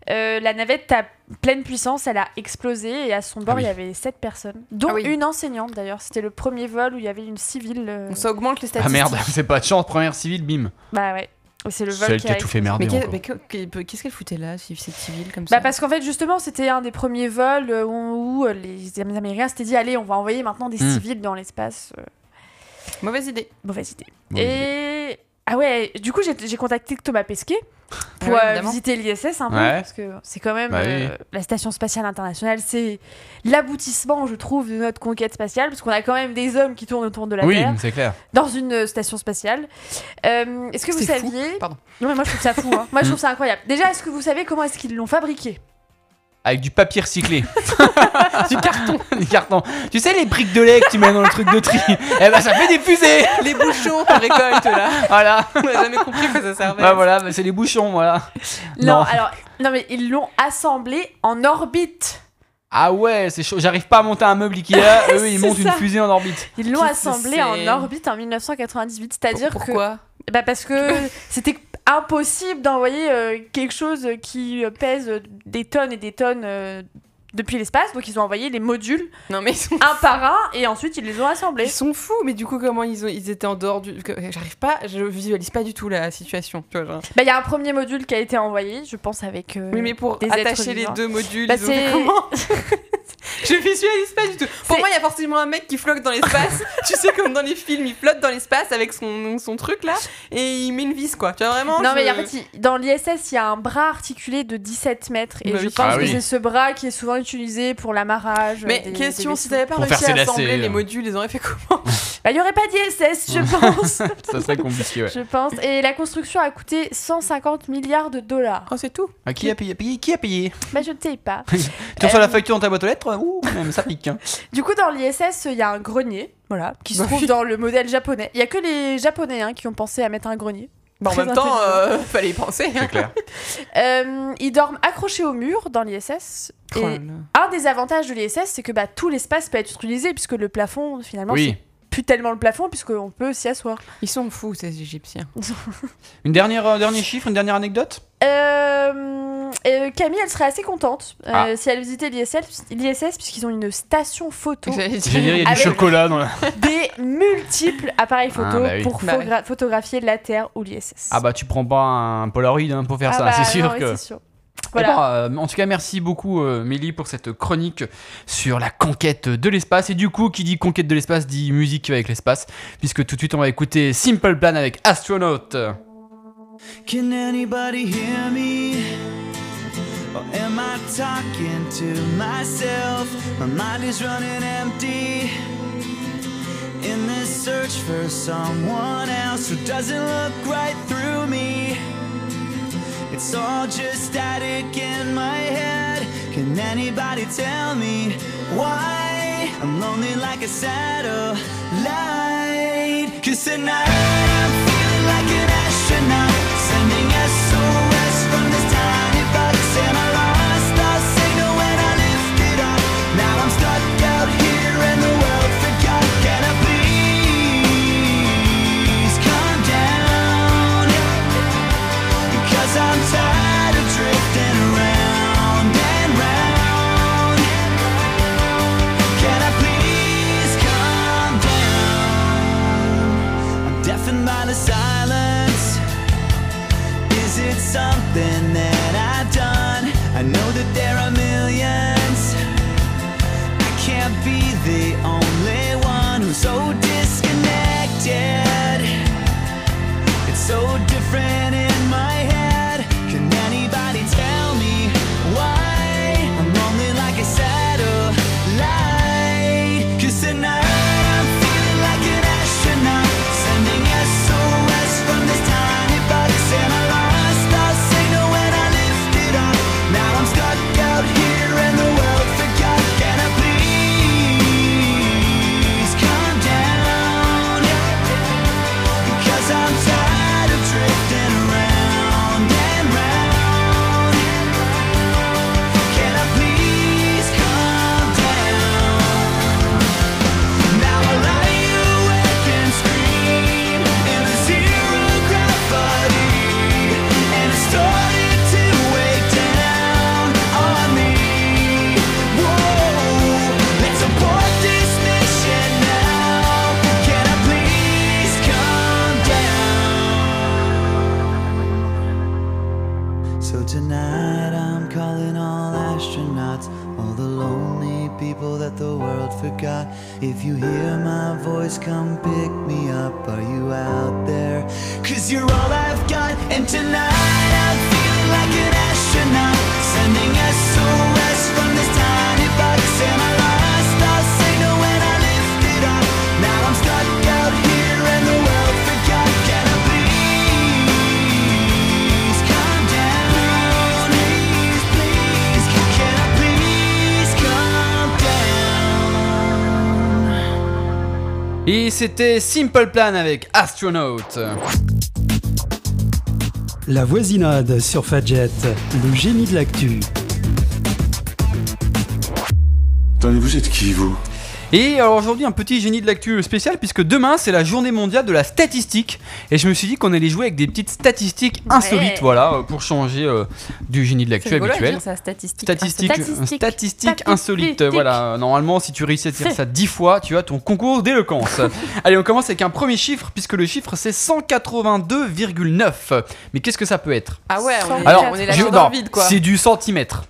S3: Euh, la navette à pleine puissance, elle a explosé et à son bord,
S1: Ah oui.
S3: il y avait 7 personnes, dont
S2: Ah oui.
S3: une enseignante d'ailleurs. C'était le premier vol où il y avait une civile. euh,
S2: On Ça augmente les
S1: Ah
S2: statistiques.
S1: merde, c'est pas de chance, première civile, bim.
S3: Bah ouais. C'est le vol
S1: Celle
S3: qui
S1: qui
S3: a
S1: a tout fait merder
S2: Mais qu'est-
S1: Ah, encore.
S2: mais que- que- qu'est-ce qu'elle foutait là, si cette civile comme ça
S3: Bah parce qu'en fait justement c'était un des premiers vols euh, où, où les Américains s'étaient dit allez on va envoyer maintenant des
S1: Hmm.
S3: civils dans l'espace. Euh,
S2: Mauvaise idée.
S3: mauvaise idée.
S1: Mauvaise
S3: et ah ouais du coup j'ai j'ai contacté Thomas Pesquet pour
S2: Ouais,
S3: euh,
S2: Ah évidemment.
S3: visiter l'ISS un peu
S1: Ouais.
S3: parce que c'est quand même
S1: Bah
S3: euh, la station spatiale internationale c'est l'aboutissement je trouve de notre conquête spatiale parce qu'on a quand même des hommes qui tournent autour de la
S1: Oui,
S3: Terre
S1: c'est clair.
S3: dans une euh, station spatiale. Euh, est-ce que vous
S2: C'est fou.
S3: saviez
S2: Pardon.
S3: Non mais moi je trouve ça fou hein. Moi je trouve ça incroyable. Déjà est-ce que vous savez comment est-ce qu'ils l'ont fabriqué
S1: Avec du papier recyclé. du carton. Du carton. Tu sais, les briques de lait que tu mets dans le truc de tri. Eh ben, ça fait des fusées.
S2: Les bouchons qu'on récolte là.
S1: Voilà.
S2: On a jamais compris à quoi ça servait.
S1: Bah voilà, bah, c'est les bouchons, voilà.
S3: Non,
S1: Non.
S3: alors, non, mais ils l'ont assemblé en orbite.
S1: Ah ouais, c'est chaud. J'arrive pas à monter un meuble Ikea. Eux, ils
S3: C'est
S1: montent une
S3: ça.
S1: fusée en orbite.
S3: Ils l'ont
S2: Qu'est-ce
S3: assemblé
S2: que
S3: en
S2: c'est
S3: orbite en 1998, c'est-à-dire que
S2: Pourquoi
S3: Bah parce que c'était impossible d'envoyer euh, quelque chose qui euh, pèse euh, des tonnes et des tonnes euh, depuis l'espace, donc ils ont envoyé les modules
S2: Non, mais ils sont,
S3: un par un et ensuite ils les ont
S2: ils
S3: assemblés.
S2: sont fous. Mais du coup, comment ils, ont, ils étaient en dehors du. que- J'arrive pas, je visualise pas du tout la situation. Tu vois, genre.
S3: Bah il y a un premier module qui a été envoyé, je pense avec. euh,
S2: Oui, mais pour
S3: des êtres
S2: attacher les
S3: vivants.
S2: deux modules,
S3: Bah,
S2: ils ont fait
S3: c'est-
S2: comment Je visualise pas du tout. Pour
S3: C'est-
S2: moi, il y a forcément un mec qui flotte dans l'espace. tu sais, comme dans les films, il flotte dans l'espace avec son, son truc là et il met une vis quoi. Tu vois vraiment
S3: Non
S2: je-
S3: mais en fait, il- dans l'ISS, il y a un bras articulé de 17 mètres et
S2: Bah
S3: je
S2: oui.
S3: pense
S1: Ah
S3: que
S1: oui.
S3: c'est ce bras qui est souvent utilisé pour l'amarrage.
S2: Mais
S3: des-
S2: question,
S3: des
S2: si
S3: vaisseaux.
S2: t'avais pas
S1: Pour
S2: réussi
S1: faire euh.
S2: à
S1: ses
S2: assembler
S1: lacets,
S2: les
S1: là.
S2: modules, ils auraient fait comment
S3: Bah il y aurait pas d'ISS, je pense.
S1: Ça serait compliqué, ouais.
S3: je pense. Et la construction a coûté 150 milliards de dollars.
S2: Oh, c'est tout.
S1: Ah, qui a payé, payé Qui a payé
S3: Bah je ne paye pas.
S1: Tu reçois
S3: Euh,
S1: la facture dans ta boîte aux lettres Ouh, quand même, ça pique. hein.
S3: Du coup, dans l'ISS, il y a un grenier, voilà, qui se
S2: Bah
S3: trouve
S2: oui.
S3: dans le modèle japonais. Il y a que les Japonais hein, qui ont pensé à mettre un grenier.
S2: Bah, en
S3: Très
S2: même temps,
S3: intelligent.
S2: euh, fallait y penser.
S1: C'est clair.
S3: Euh, ils dorment accrochés au mur dans l'ISS.
S2: Oh là
S3: Et
S2: là.
S3: un des avantages de l'ISS, c'est que bah, tout l'espace peut être utilisé puisque le plafond, finalement,
S1: Oui.
S3: c'est plus tellement le plafond puisqu'on peut s'y asseoir.
S2: Ils sont fous, ces Égyptiens.
S1: Une dernière, euh, dernier chiffre, une dernière anecdote
S3: Euh, euh, Camille, elle serait assez contente euh,
S1: Ah.
S3: si elle visitait l'ISS, l'ISS puisqu'ils ont une station photo,
S2: J'allais dire-
S1: J'ai dire, il y a du
S3: Avec-
S1: chocolat dans la.
S3: des multiples appareils photo
S1: Ah, bah oui.
S3: pour
S2: Bah oui.
S3: photogra- photographier la Terre ou l'ISS.
S1: Ah bah tu prends pas un Polaroid hein, pour faire
S3: Ah
S1: ça,
S3: bah,
S1: c'est sûr
S3: non, oui,
S1: que.
S3: c'est sûr. Voilà.
S1: Eh ben, euh, en tout cas, merci beaucoup, euh, Mélie, pour cette chronique sur la conquête de l'espace. Et du coup, qui dit conquête de l'espace dit musique avec l'espace, puisque tout de suite, on va écouter Simple Plan avec Astronaut.
S6: Can anybody hear me? Or am I talking to myself? My mind is running empty in this search for someone else who doesn't look right through me. It's all just static in my head. Can anybody tell me why I'm lonely like a satellite? Cause tonight I'm feeling like an astronaut, sending SOS from this tiny box. And I lost our signal when I lifted up. Now I'm stuck out here and the world forgot. Can I please calm down? Because I'm tired of drifting around and round. Can I please calm down? I'm deafened by the silence. Is it something that I've done? I know that there are millions. I can't be the only one who's so disconnected. It's so different in my head. Can anybody tell me why I'm lonely like a satellite? Cause tonight I'm feeling like an astronaut, sending SOS from this tiny box. And I lost our signal when I lifted up. Now I'm stuck out here and the world forgot. Can I please calm down? Because I'm tired of drifting around and round. Can I please calm down? Now I lie awake and scream in the zero gravity, and it started to weigh down on me. Whoa, let's abort this mission now. Can I please calm down? So tonight I'm calling all astronauts, all the lonely people that the world forgot. If you hear my voice, come pick me up. Are you out there? Cause you're all I've got, and tonight I'm feeling like an astronaut, sending SOS from this tiny box. And I lost our signal when I lifted up. Now I'm stuck out here, and the world forgot. Can I please calm down? Please, please, can I please calm down?
S1: Et c'était Simple Plan avec Astronaut.
S4: La voisinade sur Fadjet, le génie de l'actu.
S6: Attendez, vous êtes qui, vous
S1: Et alors aujourd'hui, un petit génie de l'actu spécial, puisque demain, c'est la journée mondiale de la statistique. Et je me suis dit qu'on allait jouer avec des petites statistiques insolites, voilà, euh, pour changer euh, du génie de l'actu
S2: C'est rigolo à
S1: habituel.
S2: dire, ça, statistique.
S1: Statistique,
S3: Statistique.
S1: statistique insolite.
S3: Statistique.
S1: Voilà, normalement, si tu réussis à dire ça 10 fois, tu as ton concours d'éloquence. Allez, on commence avec un premier chiffre, puisque le chiffre c'est 182,9. Mais qu'est-ce que ça peut être
S2: Ah ouais, on est,
S1: Alors,
S2: on est là
S1: je-
S2: dans
S1: non,
S2: le vide, quoi.
S1: c'est du centimètre.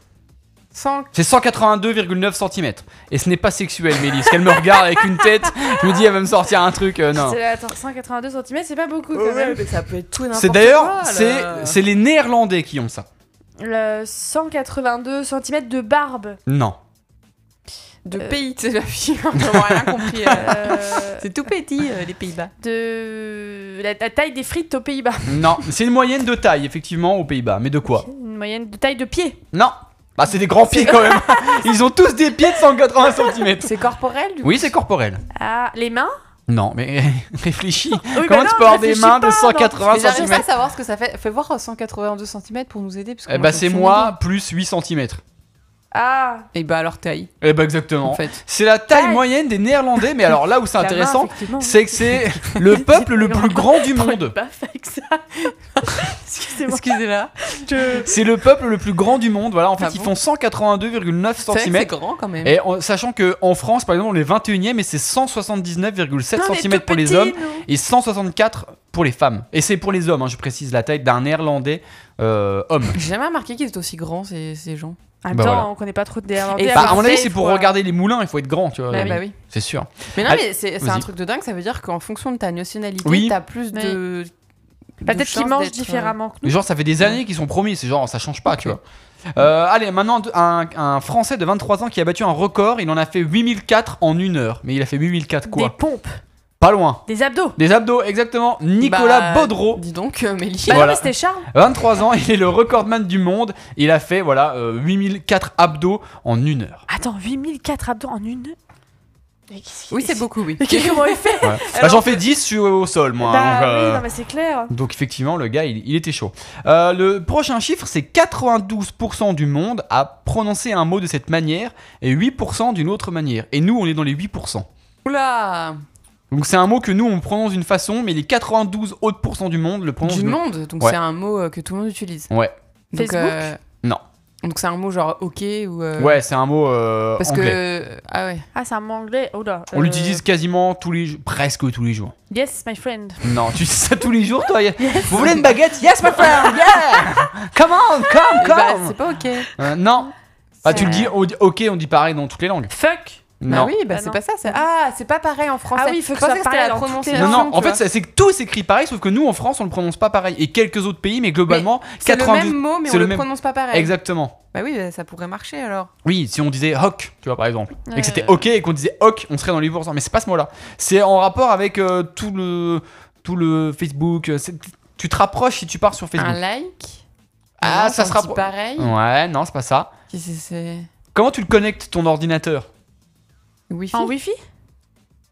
S2: Sans-
S1: C'est 182,9 cm. Et ce n'est pas sexuel, Mélisse. Qu'elle me regarde avec une tête, je me dis, elle va me sortir un truc. euh, non.
S3: C'est- Attends, 182 cm, c'est pas beaucoup quand même.
S2: ça peut être tout et n'importe
S1: C'est d'ailleurs,
S2: quoi,
S1: c'est
S2: là.
S1: c'est les Néerlandais qui ont ça.
S3: Le 182 cm de barbe.
S1: Non.
S2: De
S3: Euh.
S2: pays, c'est la fille, on n'a rien compris. euh.
S3: Euh,
S2: C'est tout petit, euh, les Pays-Bas.
S3: de la, la taille des frites aux Pays-Bas.
S1: Non. C'est une moyenne de taille, effectivement, aux Pays-Bas. Mais de quoi
S3: Une moyenne de taille de pied.
S1: Non. Bah, c'est des grands pieds quand même. Ils ont tous des pieds de 180 cm.
S2: C'est corporel, du coup
S1: Oui, c'est corporel.
S3: Ah, les mains
S1: Non, mais réfléchis. Comment
S3: Oui, bah
S1: tu
S3: non,
S1: peux avoir des
S3: réfléchis
S1: mains de
S3: pas, non.
S1: 180
S2: Mais J'arrive pas
S1: cm
S2: à savoir ce que ça fait. Fais voir 182 cm pour nous aider. Parce que
S1: Eh bah, c'est moi plus 8 cm.
S3: Ah,
S2: Et bah, alors taille,
S1: Eh bah,
S2: en
S1: exactement.
S2: fait.
S1: C'est la taille
S3: Taille.
S1: moyenne des Néerlandais, mais alors là où c'est
S2: La main,
S1: intéressant,
S2: effectivement.
S1: c'est que c'est le peuple le plus grand du monde.
S3: pas avec ça. Excusez-moi.
S2: Excusez-la.
S1: C'est le peuple le plus grand du monde. Voilà, en fait,
S2: Ah
S1: ils
S2: bon
S1: font 182,9
S2: C'est vrai que
S1: cm.
S2: C'est grand quand même.
S1: Et en- sachant que en France, par exemple, on est 21e et c'est 179,7
S3: Non, on est
S1: cm
S3: tout
S1: pour les
S3: petits,
S1: hommes
S3: nous.
S1: et 164 pour les femmes. Et c'est pour les hommes, hein, je précise la taille d'un Néerlandais euh, homme.
S2: J'ai jamais remarqué qu'ils étaient aussi grands, ces, ces gens.
S3: Attends,
S1: Bah voilà.
S3: on connaît pas trop de Néerlandais.
S2: Et
S1: Bah, à
S2: alors,
S1: mon avis,
S2: c'est-
S1: c'est pour
S2: voilà.
S1: regarder les moulins, il faut être grand, tu vois.
S2: Bah,
S1: oui.
S2: bah oui.
S1: C'est sûr.
S2: Mais non,
S1: Allez,
S2: mais c'est c'est
S1: vas-y.
S2: un truc de dingue. Ça veut dire qu'en fonction de ta nationalité,
S1: Oui.
S2: t'as plus de. de
S3: Peut-être
S2: chances
S3: qu'ils mangent
S2: d'être, euh,
S3: différemment que nous.
S1: Mais Genre, ça fait des années qu'ils sont promis, c'est genre, ça change pas, tu vois. Euh, allez, maintenant, un, un Français de 23 ans qui a battu un record, il en a fait 8004 en une heure. Mais il a fait 8004 quoi
S3: Des pompes,
S1: Pas loin.
S3: des abdos.
S1: Des abdos, exactement. Nicolas
S2: Bah,
S1: Baudreau,
S2: Dis donc, euh, Mélie.
S3: Bah
S1: Voilà.
S3: non, mais c'était Charles.
S1: 23 ans, il est le recordman du monde. Il a fait, voilà, euh, 8004 abdos en une heure.
S3: Attends, 8004 abdos en une. Mais qu'est-ce
S2: Oui,
S3: qu'il-
S2: c'est beaucoup, oui.
S3: Mais qu'est- comment il fait
S1: Voilà. Bah,
S3: Alors
S1: J'en fais 10, je suis au sol, moi. hein,
S3: Bah
S1: donc, euh,
S3: oui, non, mais c'est clair.
S1: donc, effectivement, le gars, il, il était chaud. Euh, le prochain chiffre, c'est 92% du monde a prononcé un mot de cette manière et 8% d'une autre manière. Et nous, on est dans les 8%.
S2: Oula
S1: Donc c'est un mot que nous on prononce d'une façon, mais les 92 autres pourcents du monde le prononcent.
S2: Du
S1: d'une-
S2: monde, donc
S1: Ouais.
S2: c'est un mot euh, que tout le monde utilise.
S1: Ouais.
S2: Donc,
S3: Facebook
S2: euh,
S1: Non.
S2: Donc c'est un mot genre ok ou. euh,
S1: Ouais, c'est un mot euh,
S2: Parce
S1: anglais.
S2: que. Ah ouais.
S3: Ah, c'est un mot anglais. Oh là.
S1: On
S3: euh,
S1: l'utilise quasiment tous les jours, presque tous les jours.
S3: Yes, my friend.
S1: Non, tu dis ça tous les jours, toi. y- Vous voulez une baguette Yes, my friend. Yeah. Come on, come,
S2: Eh bah,
S1: come.
S2: c'est pas ok.
S1: Euh, non. Ah, tu le dis.
S3: C'est-
S1: on dit- ok, on dit pareil dans toutes les langues.
S3: Fuck.
S2: Bah
S1: Non.
S2: oui, bah
S3: Ah
S2: c'est
S3: non.
S2: pas ça. c'est- Ah, c'est pas pareil en français.
S3: oui, il faut que
S2: Je pensais
S3: ça
S2: c'était
S3: parle
S2: la
S3: dans toutes les
S2: prononciation.
S1: Non, non, en
S2: tu
S1: fait,
S2: vois.
S1: ça- c'est que tout s'écrit pareil, sauf que nous en France on le prononce pas pareil. Et quelques autres pays, mais globalement,
S2: c'est le
S1: 92.
S2: même mot, mais
S1: c'est
S2: on
S1: le
S2: le,
S1: même-
S2: prononce pas pareil.
S1: Exactement.
S2: Bah oui, bah, ça pourrait marcher alors.
S1: Oui, si on disait hoc, tu vois, par exemple. et que c'était
S2: Euh.
S1: ok et qu'on disait ok, on serait dans les 8%. Mais c'est pas ce mot-là. C'est en rapport avec euh, tout le tout le Facebook. euh, c'est- Tu te rapproches si tu pars sur
S2: Un
S1: Facebook.
S2: like.
S1: Ah, ça se
S2: sera
S1: rappro-
S2: pareil.
S1: Ouais, non, c'est pas ça.
S2: Qu'est-ce que c'est
S1: Comment tu le connectes ton ordinateur
S2: Wi-Fi.
S3: En wifi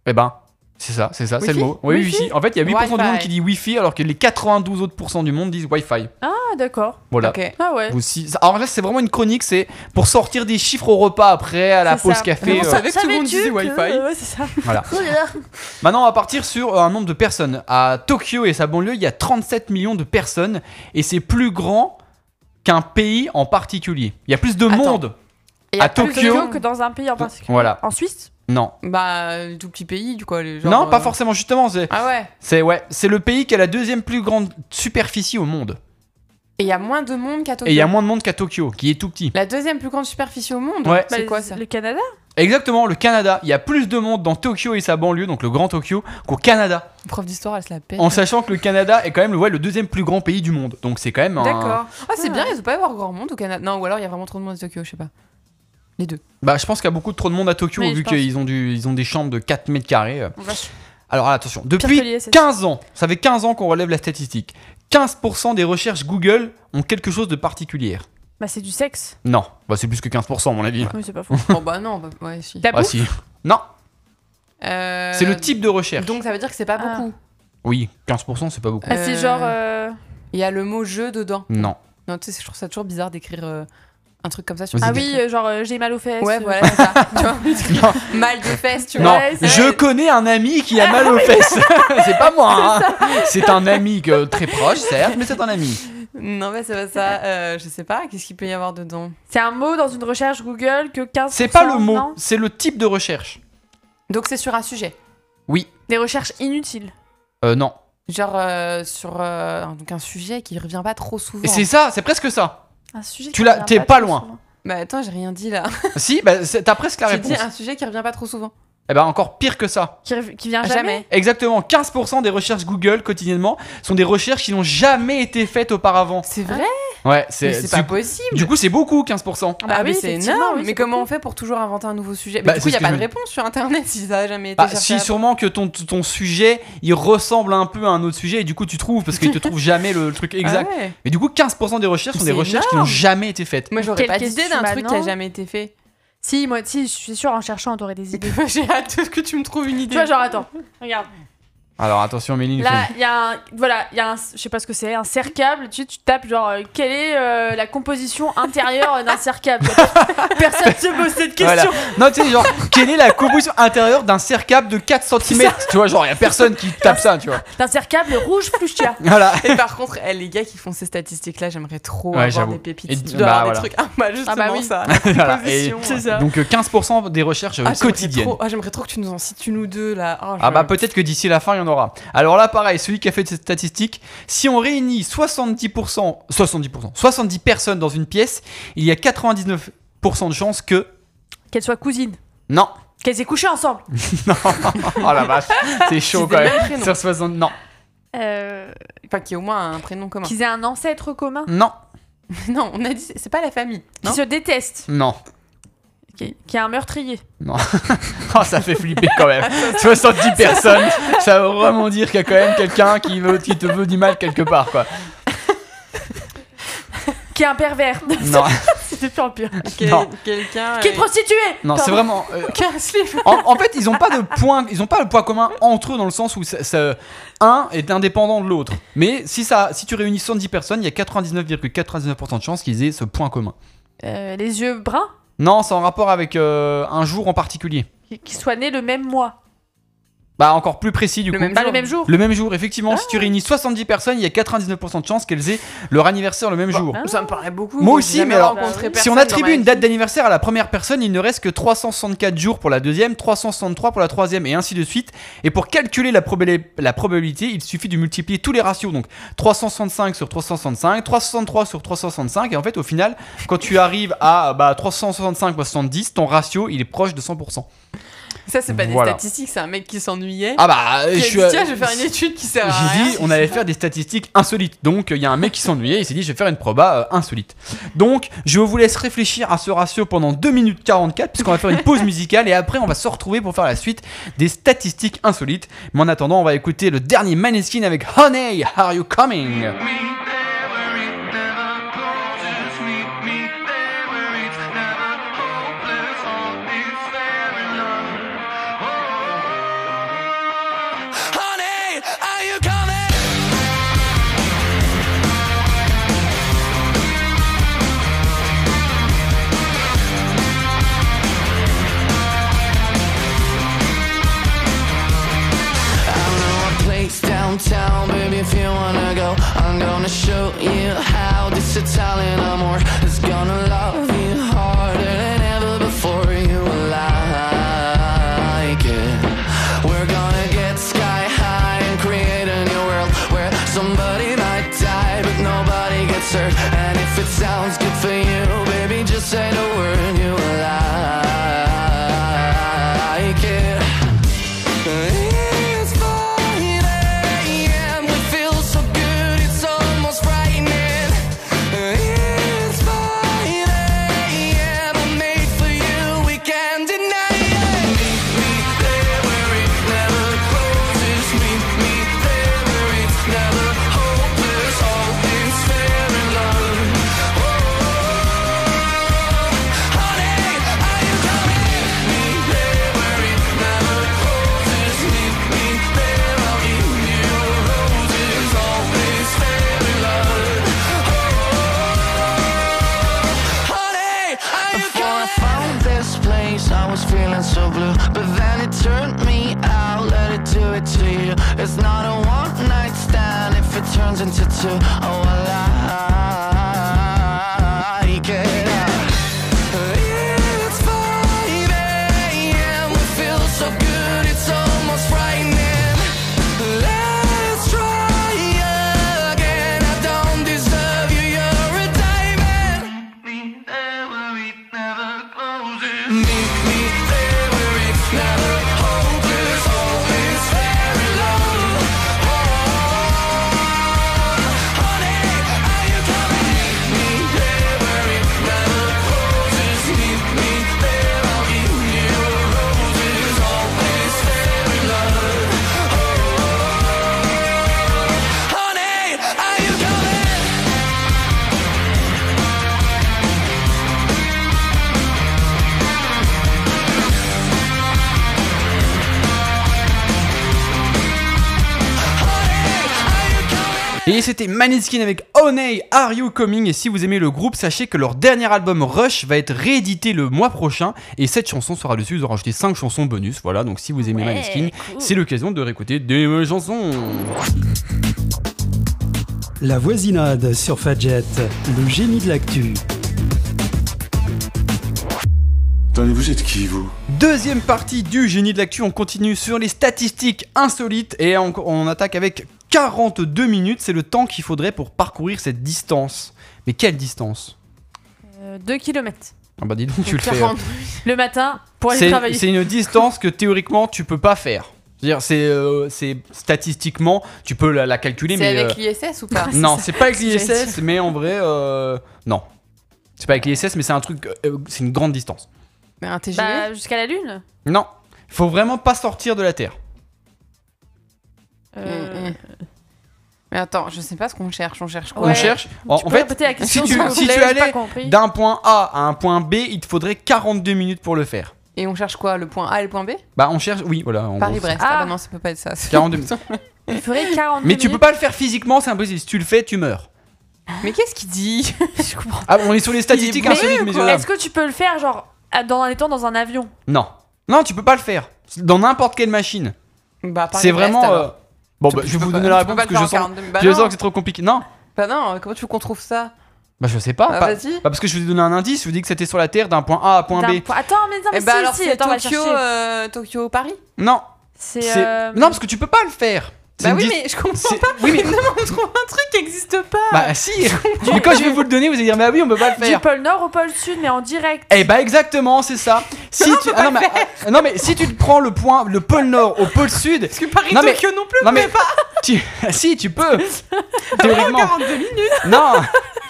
S1: Eh ben, c'est ça, c'est ça, c'est le
S2: Wifi
S1: mot. Oui,
S2: Wifi
S1: Wifi. En fait, il y a 8% du monde
S2: Wi-Fi.
S1: qui dit Wifi alors que les 92 autres pourcents du monde disent Wi-Fi.
S3: Ah, d'accord.
S1: Voilà.
S2: Ok.
S3: Ah ouais.
S1: Vous si- Alors là, c'est vraiment une chronique, c'est pour sortir des chiffres au repas après, à la
S3: C'est
S1: pause
S3: ça.
S1: café.
S2: Mais
S1: euh,
S2: on savait que tout le monde disait
S3: Savais-tu que-
S2: Wi-Fi.
S3: Ouais, c'est ça.
S1: Voilà.
S3: Oh là là.
S1: Maintenant, on va partir sur euh, un nombre de personnes. À Tokyo et sa banlieue, il y a 37 millions de personnes et c'est plus grand qu'un pays en particulier. Il y a plus de
S2: Attends. Ah,
S1: monde.
S2: Et
S1: à
S2: plus de
S1: Tokyo.
S2: gens
S3: que dans un pays en particulier.
S1: Voilà.
S3: En Suisse
S1: Non.
S2: Bah, euh, tout petit pays, du coup. les- genre,
S1: non, pas
S2: euh,
S1: forcément justement. C'est,
S2: Ah ouais.
S1: c'est ouais, c'est le pays qui a la deuxième plus grande superficie au monde.
S2: Et il y a moins de monde qu'à Tokyo.
S1: Et il y a moins de monde qu'à Tokyo, qui est tout petit.
S2: La deuxième plus grande superficie au monde.
S1: Ouais.
S2: C'est
S3: Bah,
S2: quoi ça
S3: Le Canada
S1: Exactement, le Canada. Il y a plus de monde dans Tokyo et sa banlieue, donc le grand Tokyo, qu'au Canada.
S2: Prof d'histoire, elle se la pète.
S1: En sachant que le Canada est quand même ouais, le deuxième plus grand pays du monde. Donc c'est quand même un-
S3: D'accord.
S2: Ah, c'est bien, il doit pas y avoir grand monde au Canada. Non, ou alors il y a vraiment trop de monde à Tokyo, je sais pas. Les deux.
S1: Bah, je pense qu'il y a beaucoup de trop de monde à Tokyo,
S3: Oui,
S1: vu
S3: je pense.
S1: qu'ils ont, du- ils ont des chambres de 4 mètres carrés. euh.
S3: On va se-
S1: Alors attention,
S3: Pire
S1: depuis
S3: que l'ISS.
S1: 15 ans, ça fait 15 ans qu'on relève la statistique. 15% des recherches Google ont quelque chose de particulier.
S3: Bah, c'est du sexe.
S1: Non, bah c'est plus que 15% à mon avis.
S3: Oui, c'est pas faux.
S2: bon, bah non, bah, ouais, si.
S3: La
S1: Ah
S3: bouffe
S1: si. Non,
S2: Euh,
S1: c'est le type de recherche.
S2: Donc ça veut dire que c'est pas
S3: Ah.
S2: beaucoup.
S1: Oui, 15% c'est pas beaucoup.
S3: Ah, c'est
S2: Euh,
S3: genre. euh,
S2: Il y a le mot jeu dedans.
S1: Non.
S2: Non, tu sais, je trouve ça toujours bizarre d'écrire euh, un truc comme ça sur
S1: Vas-y,
S3: Ah
S2: TikTok.
S3: oui, euh, genre euh, j'ai mal aux fesses.
S2: Ouais,
S3: euh,
S2: voilà, c'est ça. tu vois, mal de fesses, tu
S1: Non,
S2: vois.
S3: Ouais, c'est
S1: je
S3: vrai. Ah
S1: connais un ami qui a mal aux fesses. c'est pas moi. hein. C'est un ami que- très proche, certes, mais c'est un ami.
S2: Non, mais c'est pas ça. euh, je sais pas, qu'est-ce qu'il peut y avoir dedans
S3: C'est un mot dans une recherche Google que 15
S1: C'est pas le mot,
S3: non
S1: c'est le type de recherche.
S2: Donc, c'est sur un sujet.
S1: Oui.
S3: Des recherches inutiles.
S1: Euh, non.
S2: Genre, euh, sur euh, donc un sujet qui revient pas trop souvent.
S1: Et c'est ça, c'est presque ça.
S3: Un sujet.
S1: Tu
S3: qui
S1: l'as-
S3: revient
S1: t'es pas
S3: trop
S1: loin.
S3: souvent.
S2: Bah, attends, j'ai rien dit là.
S1: si, bah, c'est- t'as presque la
S2: J'ai
S1: réponse.
S2: dit un sujet qui revient pas trop souvent.
S1: Eh ben encore pire que ça.
S3: Qui, rev- qui vient
S2: Jamais.
S3: Ah, jamais.
S1: Exactement, 15% des recherches Google quotidiennement sont des recherches qui n'ont jamais été faites auparavant.
S2: C'est vrai
S1: Ouais,
S2: Mais
S1: c'est
S2: C'est pas
S1: du-
S2: possible.
S1: du coup c'est beaucoup 15%.
S3: bah
S2: Ah, mais
S3: oui,
S2: c'est
S3: effectivement,
S2: énorme.
S3: oui,
S2: mais
S3: c'est
S2: comment on fait pour toujours inventer un nouveau sujet
S1: Bah,
S2: Mais Du
S1: c'est
S2: coup, il n'y
S1: ce
S2: a
S1: que
S2: pas
S1: je
S2: de
S1: me-
S2: réponse sur Internet si ça a jamais été
S1: Bah,
S2: cherché
S1: si
S2: avant. Ah
S1: sûrement que ton, ton sujet il ressemble un peu à un autre sujet et du coup tu trouves parce qu'il te trouve jamais le, le truc exact.
S2: Ah ouais.
S1: Mais du coup 15% des recherches sont des
S2: C'est
S1: recherches qui n'ont jamais été faites.
S2: Moi, j'aurais
S3: Quelle
S2: pas d'idée
S3: question
S2: d'un truc qui a
S3: maintenant
S2: jamais été fait.
S3: Si, moi, si, je suis sûre en cherchant, t'aurais des idées.
S2: J'ai hâte que tu me trouves une idée.
S3: tu vois, genre, attends, regarde.
S1: Alors attention Méline,
S3: Là, il y a un. Voilà, il y a un. Je sais pas ce que c'est, un cercable. Tu, tu tapes, genre, euh, quelle est euh, la composition intérieure d'un cercable Personne se pose cette question.
S1: Voilà. Non, tu sais, genre, quelle est la composition intérieure d'un cercable de 4 cm Tu vois, genre, il a personne qui tape ça, tu vois.
S3: D'un cercable rouge plus cher.
S1: Voilà.
S2: Et par contre, eh, les gars qui font ces statistiques-là, j'aimerais trop
S1: Ouais,
S2: avoir
S1: j'avoue.
S2: des pépites.
S1: Et
S2: tu
S1: d-
S2: dois
S1: bah,
S2: avoir
S1: voilà.
S2: des trucs. Ah bah justement
S3: bah oui.
S2: ça.
S1: Voilà. Et
S2: Position, ouais.
S1: donc euh, 15% des recherches euh,
S2: Ah, j'aimerais
S1: quotidiennes.
S2: trop- ah, j'aimerais trop que tu nous en cites une ou deux là. Ah,
S1: Ah
S2: je-
S1: bah peut-être que d'ici la fin il y en aura. Alors là pareil, celui qui a fait cette statistique, si on réunit 70%, 70%, 70 personnes dans une pièce, il y a 99% de chances que...
S3: Qu'elle soit cousine.
S1: Non
S3: Qu'elles s'est couchées ensemble.
S1: Oh la vache, c'est chaud
S2: Ils
S1: quand
S2: aient le
S1: même.
S2: même prénom.
S1: Sur 60... Non.
S3: Euh,
S2: Enfin, qu'il y ait au moins un prénom commun.
S3: Qu'ils aient un ancêtre commun.
S1: Non.
S2: Non, on a dit, c'est pas la famille.
S3: Qui
S2: Non
S3: se détestent.
S1: Non.
S3: Qui, qui est un meurtrier.
S1: Oh, ça fait flipper quand même. 70 personnes, ça veut vraiment dire qu'il y a quand même quelqu'un qui, veut, qui te veut du mal quelque part, quoi.
S3: Qui est un pervers.
S1: Non,
S3: C'est de pire en pire.
S2: Quel-
S1: Non.
S2: Quelqu'un.
S3: Qui est
S2: euh,
S3: prostituée.
S1: non c'est
S3: Pardon.
S1: vraiment. euh,
S2: qui a un slip.
S1: en, en fait, ils ont pas de point, ils ont pas le poids commun entre eux dans le sens où ça, ça- un est indépendant de l'autre. Mais si ça, si tu réunis 110 personnes, il y a 99,99% de chances qu'ils aient ce point commun.
S3: Euh, les yeux bruns.
S1: Non, c'est en rapport avec euh, un jour en particulier.
S3: Qui- Qui soient nés le même mois.
S1: Bah encore plus précis du
S2: Le
S1: coup.
S2: même
S3: Pas
S2: jour. Ah.
S3: le même jour.
S1: Le même jour, effectivement, si tu réunis 70 personnes, il y a 99% de chances qu'elles aient leur anniversaire le même jour.
S3: hein.
S2: Ça me paraît beaucoup.
S1: Moi
S2: J'ai
S1: aussi,
S2: jamais
S1: mais alors,
S2: rencontré
S1: Si
S2: personne
S1: on
S2: dans
S1: attribue
S2: ma
S1: une
S2: vie.
S1: date d'anniversaire à la première personne, il ne reste que 364 jours pour la deuxième, 363 pour la troisième, et ainsi de suite. Et pour calculer la, proba- la probabilité, il suffit de multiplier tous les ratios. Donc 365 sur 365, 363 sur 365, et en fait au final, quand tu arrives à bah, 365 fois 70, ton ratio il est proche de 100%.
S2: Ça, c'est pas
S1: Voilà.
S2: des statistiques, c'est un mec qui s'ennuyait.
S1: Ah bah, je
S2: qui a dit,
S1: suis. à-
S2: Tiens, je vais faire une étude qui sert à
S1: j'ai
S2: rien.
S1: dit, on allait faire des statistiques insolites. Donc, il y a un mec qui s'ennuyait, il s'est dit, je vais faire une proba euh, insolite. Donc, je vous laisse réfléchir à ce ratio pendant 2 minutes 44, puisqu'on va faire une pause musicale et après, on va se retrouver pour faire la suite des statistiques insolites. Mais en attendant, on va écouter le dernier Maneskin avec Honey, How Are You Coming?
S5: Honey, are you coming? I know a place downtown, baby, if you wanna go. I'm gonna show you how this Italian amor is gonna love you harder than ever before you will like it. We're gonna get sky high and create a new world where somebody might die, but nobody gets hurt. And if it sounds good for you, baby, just say the word you will like it. It's 4 a.m. We feel so good, it's almost frightening. It's 4 a.m. I'm made for you, we can't deny it. Meet me there where it never closes. Meet me there where it's never hopeless. All is fair in love. Honey, are you so blue. But then it turned me out, let it do it to you. It's not a one night stand if it turns into two. Oh, I like it. It's 5 a.m. It feels so good, it's almost frightening. Let's try again. I don't deserve you, you're a diamond. Meet me there where it never closes. Meet me there where it's never hopeless. Always very long. Oh, honey, are you coming? Meet me there where it never closes. Meet me there, I'll be near roses. Always very long. Oh, honey, are you coming?
S1: Et c'était Maneskin avec Honey, Are You Coming Et si vous aimez le groupe, sachez que leur dernier album Rush va être réédité le mois prochain et cette chanson sera dessus. Ils ont rajouté 5 chansons bonus. Voilà, donc si vous aimez Maneskin, c'est l'occasion de réécouter des euh, chansons.
S4: La voisinade sur Fadjet, le génie de l'actu.
S6: Attendez, vous êtes qui, vous
S1: Deuxième partie du génie de l'actu, on continue sur les statistiques insolites et on, on attaque avec 42 minutes. C'est le temps qu'il faudrait pour parcourir cette distance. Mais quelle distance
S3: 2 km
S1: Ah bah dis donc, tu le fais. hein.
S3: Euh, le matin pour aller
S1: C'est-
S3: travailler.
S1: C'est une distance que théoriquement tu peux pas faire. C'est-à-dire, c'est euh, c'est statistiquement, tu peux la, la calculer,
S2: C'est
S1: mais.
S2: avec
S1: euh,
S2: l'ISS ou pas
S3: Ah,
S1: non, c'est pas avec
S3: que j'allais
S1: l'ISS, mais en vrai, euh, non. C'est pas avec l'ISS, mais c'est un truc. euh, c'est une grande distance.
S2: Mais un TGV
S3: Bah, jusqu'à la lune.
S1: Non, faut vraiment pas sortir de la Terre.
S3: Euh,
S2: Mm, mm. Mais attends, je sais pas ce qu'on cherche. On cherche quoi
S1: On
S3: Ouais.
S1: cherche. En,
S3: tu
S1: en
S3: peux
S1: fait,
S3: répéter la question,
S1: si tu-
S3: s'il vous
S1: si
S3: plaît,
S1: tu
S3: j'ai
S1: allais
S3: pas compris.
S1: d'un point A à un point B, il te faudrait 42 minutes pour le faire.
S2: Et on cherche quoi Le point A et le point B
S1: Bah, on cherche. Oui, voilà. en gros,
S2: Paris-Brest.
S3: Ah.
S2: Ah. bah non, ça peut pas être ça.
S1: c'est 42 minutes.
S3: Il ferait 40
S1: Mais tu peux pas le faire physiquement, c'est impossible. Si tu le fais, tu meurs.
S2: Mais qu'est-ce qu'il dit Je comprends.
S1: Ah, on est sur les statistiques
S3: Mais-
S1: insolites, mais
S3: Est-ce que tu peux le faire, genre, à- dans un étant dans un avion
S1: Non. Non, tu peux pas le faire. Dans n'importe quelle machine.
S2: Bah, Paris-Brest,
S1: C'est vraiment.
S2: alors.
S1: euh, Bon,
S2: Tu-
S1: bah,
S2: tu
S1: je vais
S2: peux
S1: vous
S2: pas-
S1: donner la
S2: tu peux
S1: réponse
S2: pas
S1: parce
S2: le
S1: que
S2: faire
S1: je
S2: en
S1: sens,
S2: 42. Bah
S1: je sens
S2: non.
S1: que c'est trop compliqué. Non,
S2: Bah non, comment tu veux qu'on trouve ça
S1: bah je sais pas.
S2: Bah,
S1: pas-
S2: vas-y.
S1: bah, parce que je vous ai donné un indice, je vous dis que c'était sur la Terre d'un point A à point
S3: D'un
S1: B.
S3: point- Attends, mais non, Ah, mais
S2: Eh bah
S3: si,
S2: alors
S3: si,
S2: c'est
S3: attends, on va
S2: Tokyo,
S3: chercher.
S2: euh, Tokyo Paris.
S1: Non,
S3: C'est.
S1: c'est.
S3: euh,
S1: Non, parce que tu peux pas le faire. C'est
S2: Bah
S1: une
S2: oui,
S1: dis-
S2: mais je comprends
S1: c'est-
S2: pas.
S1: Oui, mais.
S2: Non, on trouve un truc qui existe pas.
S1: Bah si Mais quand je vais vous le donner, vous allez dire, bah oui, on peut pas le
S3: Du
S1: faire.
S3: pôle Nord au pôle Sud, mais en direct.
S1: Eh bah exactement, c'est ça. Si tu ah, non, mais, ah, non, mais si tu prends le point le pôle nord au pôle sud,
S2: Parce que Paris
S1: Non, mais-
S2: Tokyo non plus.
S1: non mais pas. Tu... si tu peux. Théoriquement.
S2: 42 minutes.
S1: Non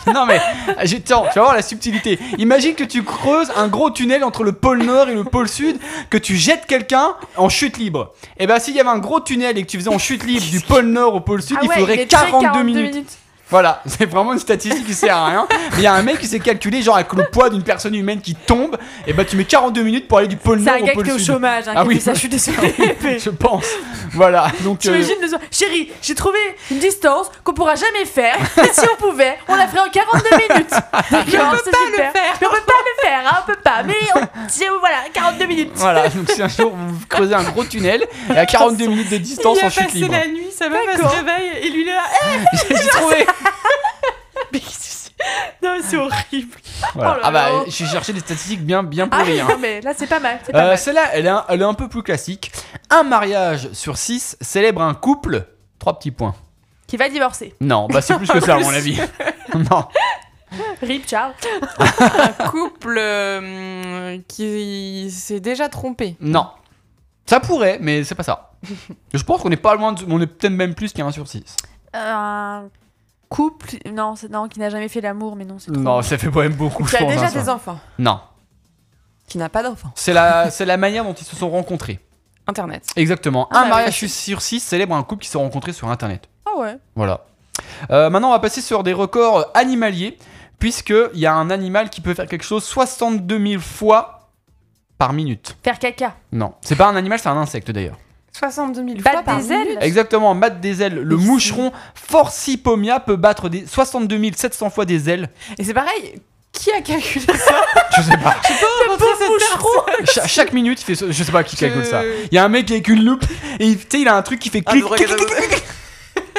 S1: Non mais, je- tiens, tu vas voir la subtilité. Imagine que tu creuses un gros tunnel entre le pôle Nord et le pôle Sud, que tu jettes quelqu'un en chute libre. Et ben s'il y avait un gros tunnel et que tu faisais en chute libre du pôle Nord au pôle Sud,
S3: Ah
S1: il
S3: ouais,
S1: faudrait
S3: est très
S1: 42, minutes. Voilà, c'est vraiment une statistique qui sert à rien. Mais il y a un mec qui s'est calculé genre avec le poids d'une personne humaine qui tombe, et ben tu mets 42 minutes pour aller du pôle
S3: C'est
S1: Nord
S3: un
S1: au
S3: gars
S1: pôle
S3: qui est au
S1: Sud.
S3: chômage, hein,
S1: Ah
S3: qui
S1: oui.
S3: fait ça, je suis désolée.
S1: Je pense. Voilà, donc euh,
S3: T'imagines le soir, chérie, j'ai trouvé une distance qu'on pourra jamais faire, mais si on pouvait, on la ferait en 42 minutes. D'accord, c'est super. Mais on peut pas le faire, hein, on peut pas, mais on... si, voilà, 42 minutes.
S1: voilà, donc si un jour vous creusez un gros tunnel et à 42 minutes de distance en chute libre.
S2: nuit, sa meuf elle se réveille et lui là.
S1: J'ai trouvé.
S3: Eh, Mais qu'est-ce que c'est Non, c'est horrible.
S1: Voilà.
S3: Oh là
S1: ah bah,
S3: là.
S1: j'ai cherché des statistiques bien, bien
S3: Ah,
S1: pourries. hein.
S3: non, mais là, c'est pas mal. C'est pas
S1: Euh,
S3: mal.
S1: Celle-là, elle, est un- elle est un peu plus classique. Un mariage sur six célèbre un couple. Trois petits points.
S3: Qui va divorcer.
S1: Non, bah c'est plus que ça à mon avis. non.
S3: Rip, Charles.
S2: Un couple euh, qui s'est déjà trompé.
S1: Non. Ça pourrait, mais c'est pas ça. Je pense qu'on est pas loin de... On est peut-être même plus qu'un sur six.
S3: Euh, Un couple. Non, c'est- non qui n'a jamais fait l'amour, mais non, c'est trop.
S1: Non, ça fait quand même beaucoup,
S2: Qui
S1: je
S2: a
S1: pense.
S2: déjà
S1: hein, ça.
S2: des enfants.
S1: Non.
S2: Qui n'a pas d'enfants.
S1: C'est la, c'est la manière dont ils se sont rencontrés.
S2: Internet.
S1: Exactement.
S2: Ah
S1: un
S2: bah,
S1: mariage
S2: merci.
S1: sur six célèbre un couple qui s'est rencontré sur Internet.
S3: Ah ouais.
S1: Voilà. Euh, maintenant, on va passer sur des records euh, animaliers, puisqu'il y a un animal qui peut faire quelque chose 62 000 fois par minute.
S3: Faire caca.
S1: Non, c'est pas un animal, c'est un insecte d'ailleurs.
S2: 62 000
S3: Battre
S2: fois par
S3: des ailes.
S2: minute.
S1: Exactement, Matt des ailes, le
S2: Ici.
S1: moucheron forcipomia peut battre des 62 700 fois des ailes.
S2: Et c'est pareil. qui a calculé ça
S1: Je sais pas.
S2: Le pauvre
S1: Cha- chaque minute, il fait. ce- Je sais pas qui calcule ça.
S2: Euh,
S1: Il y a un mec avec une loupe et il- tu sais, il a un truc qui fait clic. clic, clic, clic.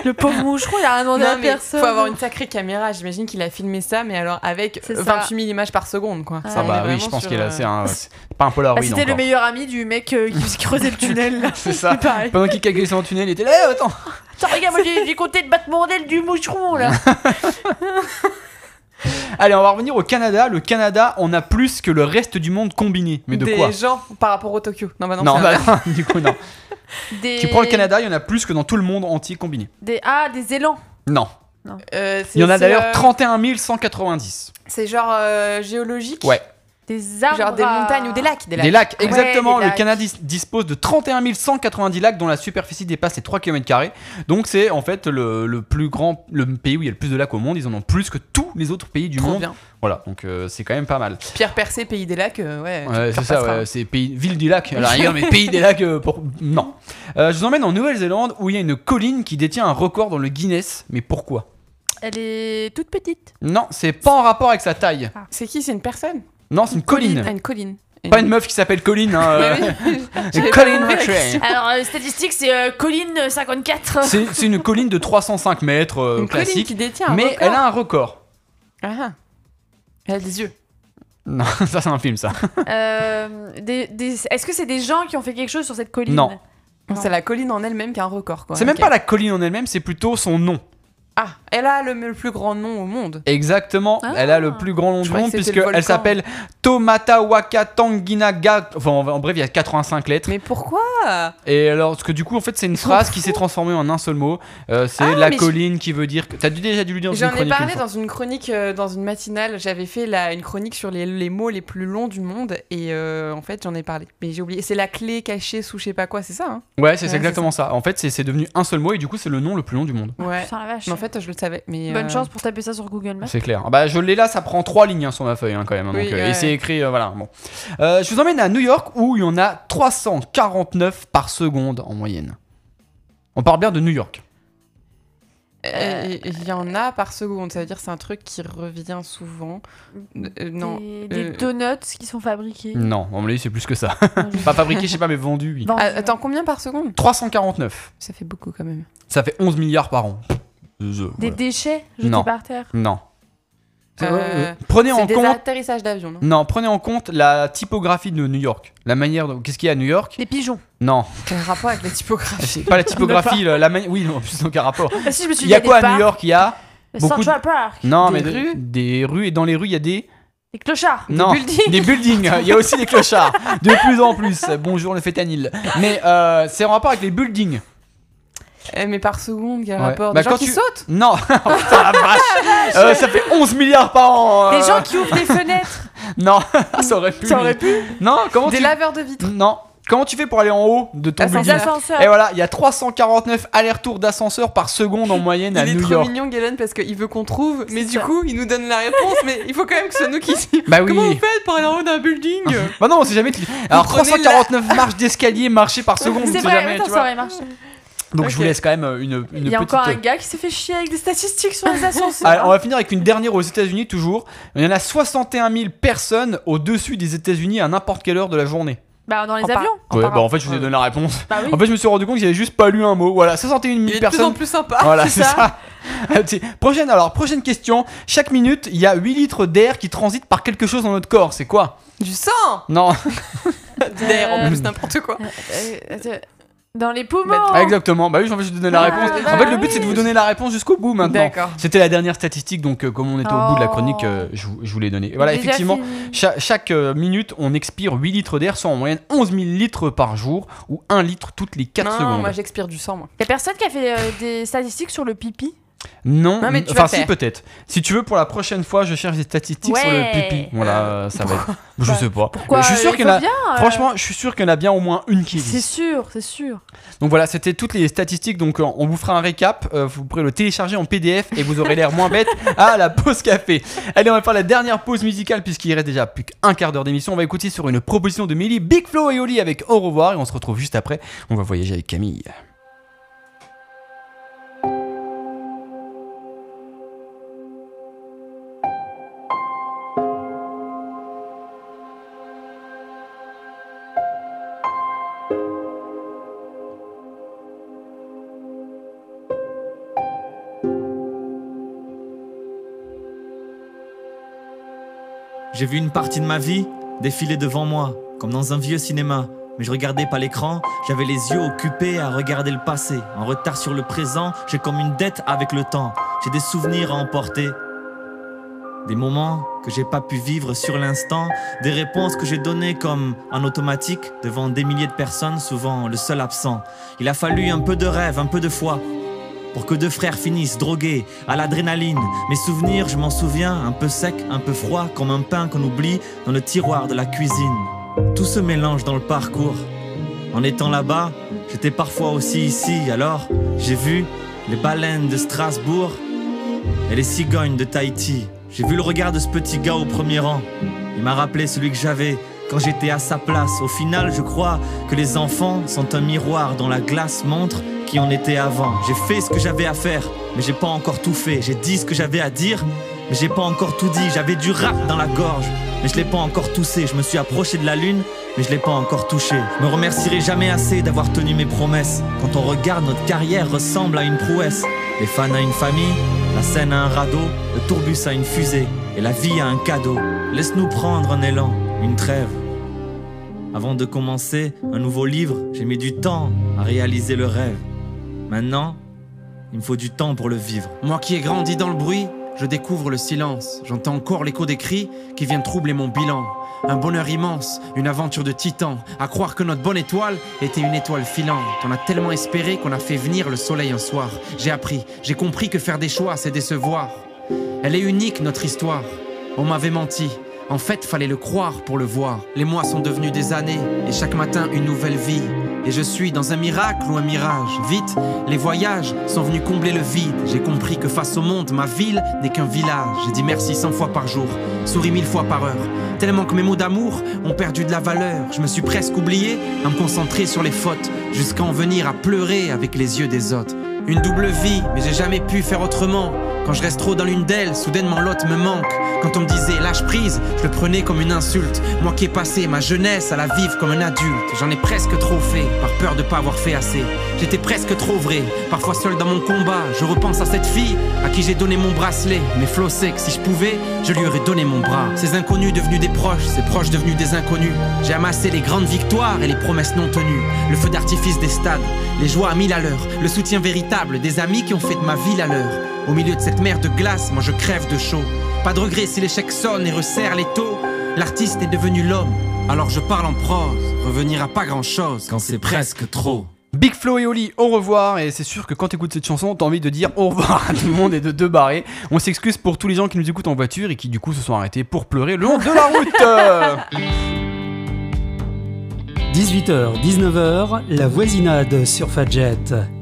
S3: Le pauvre moucheron, il a demandé à
S2: Non, mais
S3: personne.
S2: faut avoir une sacrée caméra. J'imagine qu'il a filmé ça, mais alors avec
S3: C'est ça.
S2: 28 000 images par seconde, quoi.
S3: Ah,
S1: Ah
S2: On est
S1: bah oui,
S2: vraiment
S1: je pense
S2: sur,
S1: qu'il a.
S2: euh,
S1: C'est un. c'est Pas un Polaroid.
S3: Ah, C'était le
S1: encore.
S3: meilleur ami du mec euh, qui creusait le tunnel. là.
S1: C'est ça.
S3: pareil.
S1: Pendant qu'il calculait son tunnel, il était là. Eh, Attends.
S3: Tiens, regarde, moi j'ai j'ai compté le battemandel du moucheron là.
S1: Allez, on va revenir au Canada. Le Canada, on a plus que le reste du monde combiné. Mais de
S2: des
S1: quoi
S2: gens par rapport au Tokyo. Non, bah non,
S1: Non,
S2: c'est
S1: bah, non, du coup, non.
S3: Des...
S1: Tu prends le Canada, il y en a plus que dans tout le monde entier combiné.
S3: Des... Ah, des élans.
S1: Non.
S2: Euh, c'est-
S1: Il y en a
S2: c'est, euh,
S1: d'ailleurs 31 190.
S2: C'est genre euh, géologique
S1: Ouais.
S3: Des arbres.
S2: Genre des
S3: à-
S2: montagnes ou des lacs. Des lacs.
S1: Des lacs,
S3: Ouais,
S1: exactement.
S3: des
S1: Le
S3: lacs.
S1: Canada dis- dispose de 31 190 lacs dont la superficie dépasse les 3 km. Donc c'est en fait le, le plus grand, le pays où il y a le plus de lacs au monde. Ils en ont plus que tous les autres pays du
S2: Trop
S1: monde.
S2: bien.
S1: Voilà, donc euh, c'est quand même pas mal.
S2: Pierre Percé, pays des lacs, euh, ouais. tu
S1: Ouais,
S2: t'en
S1: c'est ça,
S2: passeras.
S1: ouais, c'est pays, ville des lacs. À la rigueur, mais pays des lacs, euh, pour... non. Euh, je vous emmène en Nouvelle-Zélande où il y a une colline qui détient un record dans le Guinness. Mais pourquoi
S3: Elle est toute petite.
S1: Non, c'est pas en rapport avec sa taille.
S2: C'est qui C'est une personne
S1: Non, c'est une colline.
S2: Ah, une colline.
S1: Pas une meuf qui s'appelle Colline. hein, euh,
S2: J'avais pas
S1: Colline
S2: compris la
S1: Rattray.
S2: question.
S3: Alors, euh, statistique, c'est euh, colline 54.
S1: C'est c'est une colline de 305 mètres euh,
S2: Une colline
S1: classique.
S2: qui détient un
S1: mais
S2: record.
S1: elle a un record.
S2: Ah. Elle a des yeux.
S1: Non, ça c'est un film ça.
S3: Euh, des- des- Est-ce que c'est des gens qui ont fait quelque chose sur cette colline
S1: Non.
S2: C'est la colline en elle-même qui a un record, quoi.
S1: c'est même
S2: Ok.
S1: pas la colline en elle-même, c'est plutôt son nom.
S2: Ah, elle a le, le plus grand nom au monde.
S1: Exactement,
S3: Ah.
S1: elle a le plus grand nom
S2: Je
S1: du
S2: croyais
S1: monde
S2: que c'était le
S1: puisqu'elle
S2: volcan.
S1: s'appelle Tomata Wakatanginaga. Enfin, en en bref, il y a 85 lettres.
S2: Mais pourquoi
S1: Et alors, parce que du coup, en fait, c'est une
S2: Ils sont
S1: phrase qui s'est transformée en un seul mot. Euh, c'est
S2: Ah,
S1: la
S2: mais je-
S1: colline qui veut dire. que- T'as dû- déjà dû lui dire dans une
S2: J'en ai
S1: chronique. une
S2: parlé
S1: fois.
S2: dans une chronique, euh, dans une matinale. J'avais fait la, une chronique sur les, les mots les plus longs du monde et euh, en fait j'en ai parlé. Mais j'ai oublié. C'est la clé cachée sous je sais pas quoi, c'est ça hein
S1: Ouais, c'est
S2: Ouais,
S1: c'est
S2: c'est
S1: exactement ça. En fait, c'est c'est devenu un seul mot et du coup, c'est le nom le plus long du monde.
S2: Ouais.
S3: Ah, Putain, la vache.
S2: Mais en fait je le savais. Mais
S3: Bonne
S2: euh,
S3: chance pour taper ça sur Google Maps.
S1: C'est clair. Ah Bah, je l'ai là, ça prend trois lignes hein, sur ma feuille hein, quand même. hein,
S2: Oui,
S1: donc, euh,
S2: ouais.
S1: Et c'est écrit, euh, voilà. Bon. Euh, je vous emmène à New York où il y en a 349 par seconde en moyenne. On parle bien de New York.
S2: euh, et- et Il y en a par seconde. Ça veut dire que c'est un truc qui revient souvent.
S3: Mm.
S2: Euh, non.
S3: Des, des
S2: euh,
S3: donuts qui sont fabriqués.
S1: Non, on me dit c'est plus que ça.
S3: Non, je-
S1: Pas fabriqué, je sais pas, mais vendu, oui.
S3: Vendus,
S2: Ah,
S3: ouais.
S2: attends combien par seconde
S1: 349.
S2: Ça fait beaucoup quand même.
S1: Ça fait 11 milliards par an. Euh,
S3: Des
S1: voilà.
S3: déchets jetés
S1: Non.
S3: par terre.
S1: Non.
S2: Euh,
S1: Prenez en
S2: C'est des hein.
S1: compte.
S2: atterrissages d'avion, non
S1: Non, prenez en compte la typographie de New York. La manière. de- Qu'est-ce qu'il y a à New York
S3: Des pigeons.
S1: Non,
S2: Quel rapport avec la typographie
S1: c'est pas la typographie. la, la mani- Oui, non, en plus, aucun rapport.
S3: Ah, si, je me suis
S1: Il
S3: dit,
S1: y a quoi à
S3: des
S1: New
S3: parcs.
S1: York Il y a.
S3: Le
S1: Beaucoup de-
S3: Central Park.
S1: Non,
S2: Des
S1: mais de-
S2: rues
S1: des rues et dans les rues il y a des
S3: Des clochards.
S1: non
S2: buildings.
S1: des buildings. Il y a aussi des clochards de plus en plus. Bonjour le fétanil. Mais euh, c'est en rapport avec les buildings.
S2: Eh, Mais par seconde, quel
S1: Ouais.
S2: rapport
S1: Bah,
S2: Des gens
S1: quand
S2: qui
S1: tu-
S2: sautent
S1: Non, Oh, putain la vache. Euh, ça fait 11 milliards par an.
S3: Des
S1: euh,
S3: gens qui ouvrent des fenêtres.
S1: Non, ça aurait pu. mais- Non, comment
S2: Des
S1: tu
S2: laveurs de vitres
S1: Non, comment tu fais pour aller en haut de ton
S2: Ah, ça,
S3: Des
S1: building
S2: ça,
S3: ascenseurs.
S1: Et voilà, il y a 349 allers-retours d'ascenseur par seconde en moyenne à
S2: il est
S1: New
S2: trop
S1: York.
S2: mignon, Galen, parce qu'il veut qu'on trouve, mais du
S3: ça.
S2: coup, il nous donne la réponse, mais il faut quand même que ce soit nous qui.
S1: Bah oui.
S2: Comment vous faites pour aller en haut d'un building
S1: Bah non, on sait jamais. Alors
S2: prenez
S1: 349 marches d'escalier marchées par seconde, on
S3: C'est
S1: sait
S3: vrai,
S1: jamais,
S3: attends,
S1: tu vois.
S3: ça aurait marché.
S1: Donc je vous
S2: Ok.
S1: laisse quand même euh, une, une
S3: Il y a
S1: petite.
S3: encore un gars qui s'est fait chier avec des statistiques sur les ascenseurs.
S1: Alors, on va finir avec une dernière aux États-Unis toujours. Il y en a 61 000 personnes au-dessus des États-Unis à n'importe quelle heure de la journée.
S3: Bah, dans les
S2: En par-
S3: avions.
S1: Ouais,
S2: par-
S1: bah en fait, je vous ai donné la réponse.
S3: Bah oui.
S1: En fait, je me suis rendu compte que j'avais juste pas lu un mot. Voilà, 61 000
S2: Il est de plus Ah, en
S1: personnes.
S2: plus sympa.
S1: Voilà, c'est ça. Petit- prochaine, alors, prochaine question. Chaque minute, il y a 8 litres d'air qui transitent par quelque chose dans notre corps. C'est quoi
S2: Du sang
S1: Non,
S2: D'air, en
S1: Euh,
S2: plus, n'importe quoi.
S3: Euh, attends. Dans les
S2: Bah,
S3: poumons.
S1: Ah, exactement. Bah oui, en fait, je vous donne la
S3: Oh. Ah,
S1: réponse.
S3: bah
S1: en fait, le but,
S3: oui.
S1: c'est de vous donner la réponse jusqu'au bout maintenant.
S2: D'accord.
S1: C'était la dernière statistique, donc euh, comme on était au bout de la chronique,
S3: Oh.
S1: euh, je, vous- je vous l'ai donnée. Et Voilà,
S3: Déjà
S1: effectivement,
S3: fini.
S1: Cha- chaque euh, minute, on expire 8 litres d'air, soit en moyenne 11 000 litres par jour, ou 1 litre toutes les 4
S2: non,
S1: secondes.
S2: moi j'expire du sang, moi.
S3: Y a personne qui a fait euh, des statistiques sur le pipi
S1: non,
S2: Non, mais tu
S1: enfin
S2: vas le
S1: si
S2: faire.
S1: peut-être. Si tu veux, pour la prochaine fois, je cherche des statistiques sur le
S3: Ouais.
S1: pipi. Voilà, euh, ça va être... Je sais pas.
S3: Pourquoi
S1: je suis sûr
S3: euh,
S1: qu'il y
S3: il
S1: en
S3: faut
S1: a...
S3: bien, euh,
S1: Franchement, je suis sûr qu'il y en a bien au moins une qui
S3: C'est
S1: existe.
S3: sûr, c'est sûr.
S1: Donc voilà, c'était toutes les statistiques. Donc euh, on vous fera un récap. Euh, vous pourrez le télécharger en PDF et vous aurez l'air moins bête à la pause café. Allez, on va faire la dernière pause musicale puisqu'il reste déjà plus qu'un quart d'heure d'émission. On va écouter sur une proposition de Millie, Big Flo et Oli avec Au revoir et on se retrouve juste après. On va voyager avec Camille.
S7: J'ai vu une partie de ma vie défiler devant moi, comme dans un vieux cinéma. Mais je regardais pas l'écran, j'avais les yeux occupés à regarder le passé. En retard sur le présent, j'ai comme une dette avec le temps. J'ai des souvenirs à emporter. Des moments que j'ai pas pu vivre sur l'instant, des réponses que j'ai données comme en automatique devant des milliers de personnes, souvent le seul absent. Il a fallu un peu de rêve, un peu de foi, pour que deux frères finissent drogués à l'adrénaline. Mes souvenirs, je m'en souviens, un peu sec, un peu froid, comme un pain qu'on oublie dans le tiroir de la cuisine. Tout se mélange dans le parcours. En étant là-bas, j'étais parfois aussi ici, alors j'ai vu les baleines de Strasbourg et les cigognes de Tahiti. J'ai vu le regard de ce petit gars au premier rang. Il m'a rappelé celui que j'avais quand j'étais à sa place. Au final, je crois que les enfants sont un miroir dont la glace montre qui on était avant. J'ai fait ce que j'avais à faire, mais j'ai pas encore tout fait. J'ai dit ce que j'avais à dire, mais j'ai pas encore tout dit. J'avais du rap dans la gorge, mais je l'ai pas encore toussé. Je me suis approché de la lune, mais je l'ai pas encore touché. Je me remercierai jamais assez d'avoir tenu mes promesses. Quand on regarde, notre carrière ressemble à une prouesse. Les fans à une famille, la scène à un radeau, le tourbus à une fusée, et la vie à un cadeau. Laisse-nous prendre un élan, une trêve. Avant de commencer un nouveau livre, j'ai mis du temps à réaliser le rêve. Maintenant, il me faut du temps pour le vivre.
S8: Moi qui ai grandi dans le bruit, je découvre le silence. J'entends encore l'écho des cris qui viennent troubler mon bilan. Un bonheur immense, une aventure de titan. À croire que notre bonne étoile était une étoile filante. On a tellement espéré qu'on a fait venir le soleil un soir. J'ai appris, j'ai compris que faire des choix, c'est décevoir. Elle est unique, notre histoire. On m'avait menti. En fait, fallait le croire pour le voir. Les mois sont devenus des années, et chaque matin une nouvelle vie. Et je suis dans un miracle ou un mirage. Vite, les voyages sont venus combler le vide. J'ai compris que face au monde, ma ville n'est qu'un village. J'ai dit merci 100 fois par jour, souris mille fois par heure. Tellement que mes mots d'amour ont perdu de la valeur. Je me suis presque oublié à me concentrer sur les fautes, jusqu'à en venir à pleurer avec les yeux des autres. Une double vie, mais j'ai jamais pu faire autrement. Quand je reste trop dans l'une d'elles, soudainement l'autre me manque. Quand on me disait lâche prise, je le prenais comme une insulte. Moi qui ai passé ma jeunesse à la vivre comme un adulte, j'en ai presque trop fait, par peur de pas avoir fait assez. J'étais presque trop vrai, parfois seul dans mon combat. Je repense à cette fille à qui j'ai donné mon bracelet. Mais Flo sait que si je pouvais, je lui aurais donné mon bras. Ces inconnus devenus des proches, ces proches devenus des inconnus. J'ai amassé les grandes victoires et les promesses non tenues. Le feu d'artifice des stades, les joies à mille à l'heure, le soutien véritable des amis qui ont fait de ma ville à l'heure. Au milieu de cette mer de glace, moi je crève de chaud. Pas de regret si l'échec sonne et resserre les taux. L'artiste est devenu l'homme, alors je parle en prose. Revenir à pas grand chose
S7: Quand c'est presque trop.
S1: Big Flo et Oli, au revoir. Et c'est sûr que quand t'écoutes cette chanson, t'as envie de dire au revoir à tout le monde et de te barrer. On s'excuse pour tous les gens qui nous écoutent en voiture et qui du coup se sont arrêtés pour pleurer le long de la route. Euh,
S4: 18h, 19h, la voisinade sur Fadjet.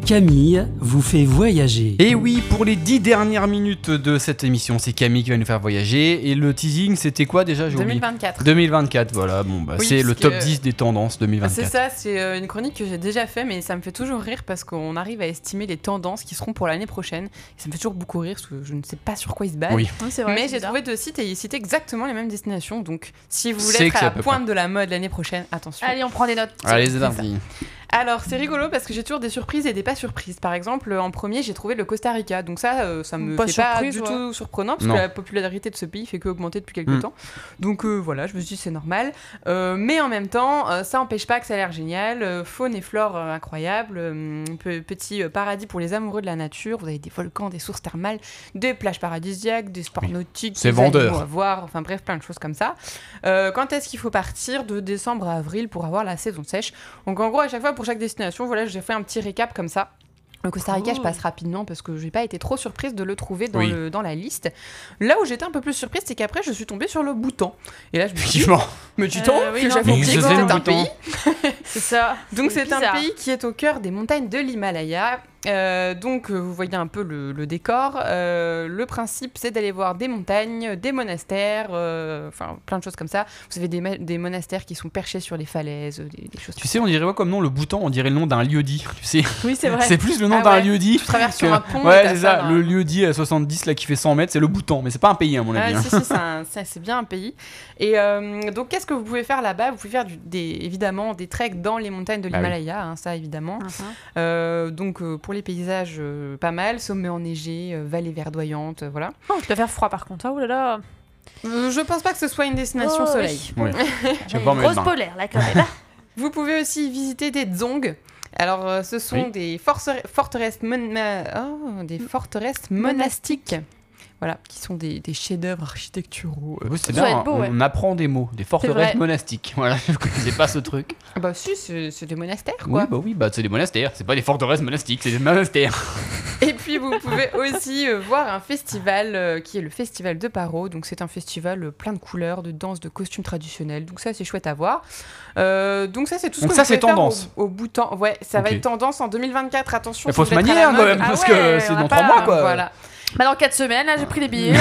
S4: Camille vous fait voyager.
S1: Et oui, pour les 10 dernières minutes de cette émission, c'est Camille qui va nous faire voyager. Et le teasing, c'était quoi déjà J'ai oublié.
S2: 2024.
S1: 2024, voilà, bon, bah,
S2: Oui,
S1: c'est le
S2: parce
S1: top
S2: que-
S1: 10 des tendances 2024.
S2: C'est ça, c'est euh, une chronique que j'ai déjà fait, mais ça me fait toujours rire parce qu'on arrive à estimer les tendances qui seront pour l'année prochaine. Et ça me fait toujours beaucoup rire parce que je ne sais pas sur quoi ils se battent.
S1: Oui.
S3: Oui, c'est vrai,
S2: Mais
S3: c'est
S2: j'ai
S3: bizarre.
S2: trouvé deux sites et ils citaient exactement les mêmes destinations. Donc, si vous
S1: C'est
S2: voulez être
S1: que c'est
S2: à
S1: à peu
S2: la pointe de la mode l'année prochaine, attention.
S3: Allez, on prend des notes.
S1: Allez,
S2: C'est
S1: c'est
S2: ça.
S1: parti.
S2: Alors, c'est rigolo parce que j'ai toujours des surprises et des pas surprises. Par exemple, en premier, j'ai trouvé le Costa Rica. Donc, ça, euh, ça me
S3: Pas
S2: fait
S3: surprise,
S2: pas
S3: ouais.
S2: du tout surprenant parce
S1: Non.
S2: que la popularité de ce pays fait que augmenter depuis quelques
S1: Mm.
S2: temps. Donc, euh, voilà, je me suis dit, c'est normal. Euh, mais en même temps, euh, ça empêche pas que ça a l'air génial. Euh, faune et flore euh, incroyable. Euh, pe- petit euh, paradis pour les amoureux de la nature. Vous avez des volcans, des sources thermales, des plages paradisiaques, des sports
S1: Oui.
S2: nautiques,
S1: C'est
S2: des
S1: vendeur.
S2: animaux à voir. Enfin, bref, plein de choses comme ça. Euh, quand est-ce qu'il faut partir De décembre à avril pour avoir la saison sèche. Donc en gros, à chaque fois, pour chaque destination, voilà, j'ai fait un petit récap comme ça. Le Costa Rica, je passe rapidement parce que j'ai pas été trop surprise de le trouver dans,
S1: Oh. Oui.
S2: le- dans la liste. Là où j'étais un peu plus surprise, c'est qu'après, je suis tombée sur le Bhoutan. Et là, je me suis dit,
S1: Effectivement.
S2: mais tu
S3: Euh,
S2: t'en
S3: oui,
S2: que
S3: non,
S2: j'avais
S3: mais
S2: oublié
S3: je
S2: que
S3: sais,
S2: c'était
S3: le
S2: un
S1: Bhoutan.
S2: pays.
S3: C'est ça.
S2: Donc c'est un
S3: bizarre.
S2: pays qui est au cœur des montagnes de l'Himalaya. Euh, donc euh, vous voyez un peu le, le décor. Euh, le principe c'est d'aller voir des montagnes, des monastères, euh, enfin plein de choses comme ça. Vous avez des, ma- des monastères qui sont perchés sur les falaises, des, des choses.
S1: Tu sais, on dirait quoi comme nom le bouton On dirait le nom d'un lieu-dit. Tu sais,
S3: Oui, c'est vrai.
S1: c'est plus le nom
S2: Ah
S1: d'un
S2: ouais.
S1: lieu-dit.
S2: Tu traverses sur
S1: que-
S2: un pont. et
S1: Ouais,
S2: t'as hein.
S1: c'est ça. hein.
S2: dans-
S1: Le lieu-dit à 70 là qui fait 100 mètres, c'est le bouton. Mais c'est pas un pays à mon avis.
S2: Ah,
S1: hein.
S2: si, si, c'est un- c'est c'est bien un pays. Et euh, donc, qu'est-ce que vous pouvez faire là-bas Vous pouvez faire du- des, évidemment des treks dans les montagnes de
S1: Bah oui.
S2: l'Himalaya, hein, ça évidemment.
S3: Ah,
S2: Euh, donc, euh, pour les paysages, euh, pas mal. Sommet enneigé, euh, vallée verdoyante, euh, voilà.
S3: Oh, il doit faire froid par contre. Oh là là.
S2: Euh, Je pense pas que ce soit une destination
S3: Oh,
S2: soleil.
S3: oui.
S1: Ouais.
S3: J'avais
S1: pas hein.
S3: une
S1: me mettre
S3: grosse
S1: bain.
S3: polaire là quand même.
S2: Vous pouvez aussi visiter des dzongs. Alors, euh, ce sont
S1: Oui.
S2: des forcer- forteresses, mona- oh, des forteresses monastiques. Voilà, qui sont des, des chefs-d'œuvre architecturaux.
S1: Ouais, c'est
S3: Ça
S1: bien,
S3: doit être
S1: hein,
S3: beau,
S1: on,
S3: ouais.
S1: on apprend des mots, des forteresses
S3: vrai.
S1: monastiques. Voilà, je connaissais pas ce truc.
S2: Ah Bah, si, c'est c'est des monastères,
S1: Oui,
S2: quoi.
S1: bah oui, bah c'est des monastères, c'est pas des forteresses monastiques, c'est des monastères.
S2: Oh, Et puis vous pouvez aussi euh, voir un festival euh, qui est le festival de Paro. Donc c'est un festival euh, plein de couleurs, de danse, de costumes traditionnels. Donc ça c'est chouette à voir. Euh, donc ça c'est tout ce
S1: Donc
S2: que
S1: ça,
S2: vous pouvez
S1: c'est
S2: faire
S1: tendance.
S2: au, au bouton. Ouais, ça va
S1: Ok.
S2: être tendance en 2024. Attention.
S1: Il faut
S2: si
S1: se
S2: vous êtes à
S1: manier
S2: la
S1: hein, quand
S2: mode.
S1: même,
S2: Ah
S1: parce
S2: ouais,
S1: que c'est
S2: on
S1: dans
S2: a
S1: trois
S2: pas-
S1: mois quoi.
S2: Voilà.
S3: bah, dans 4 semaines, là j'ai pris les billets,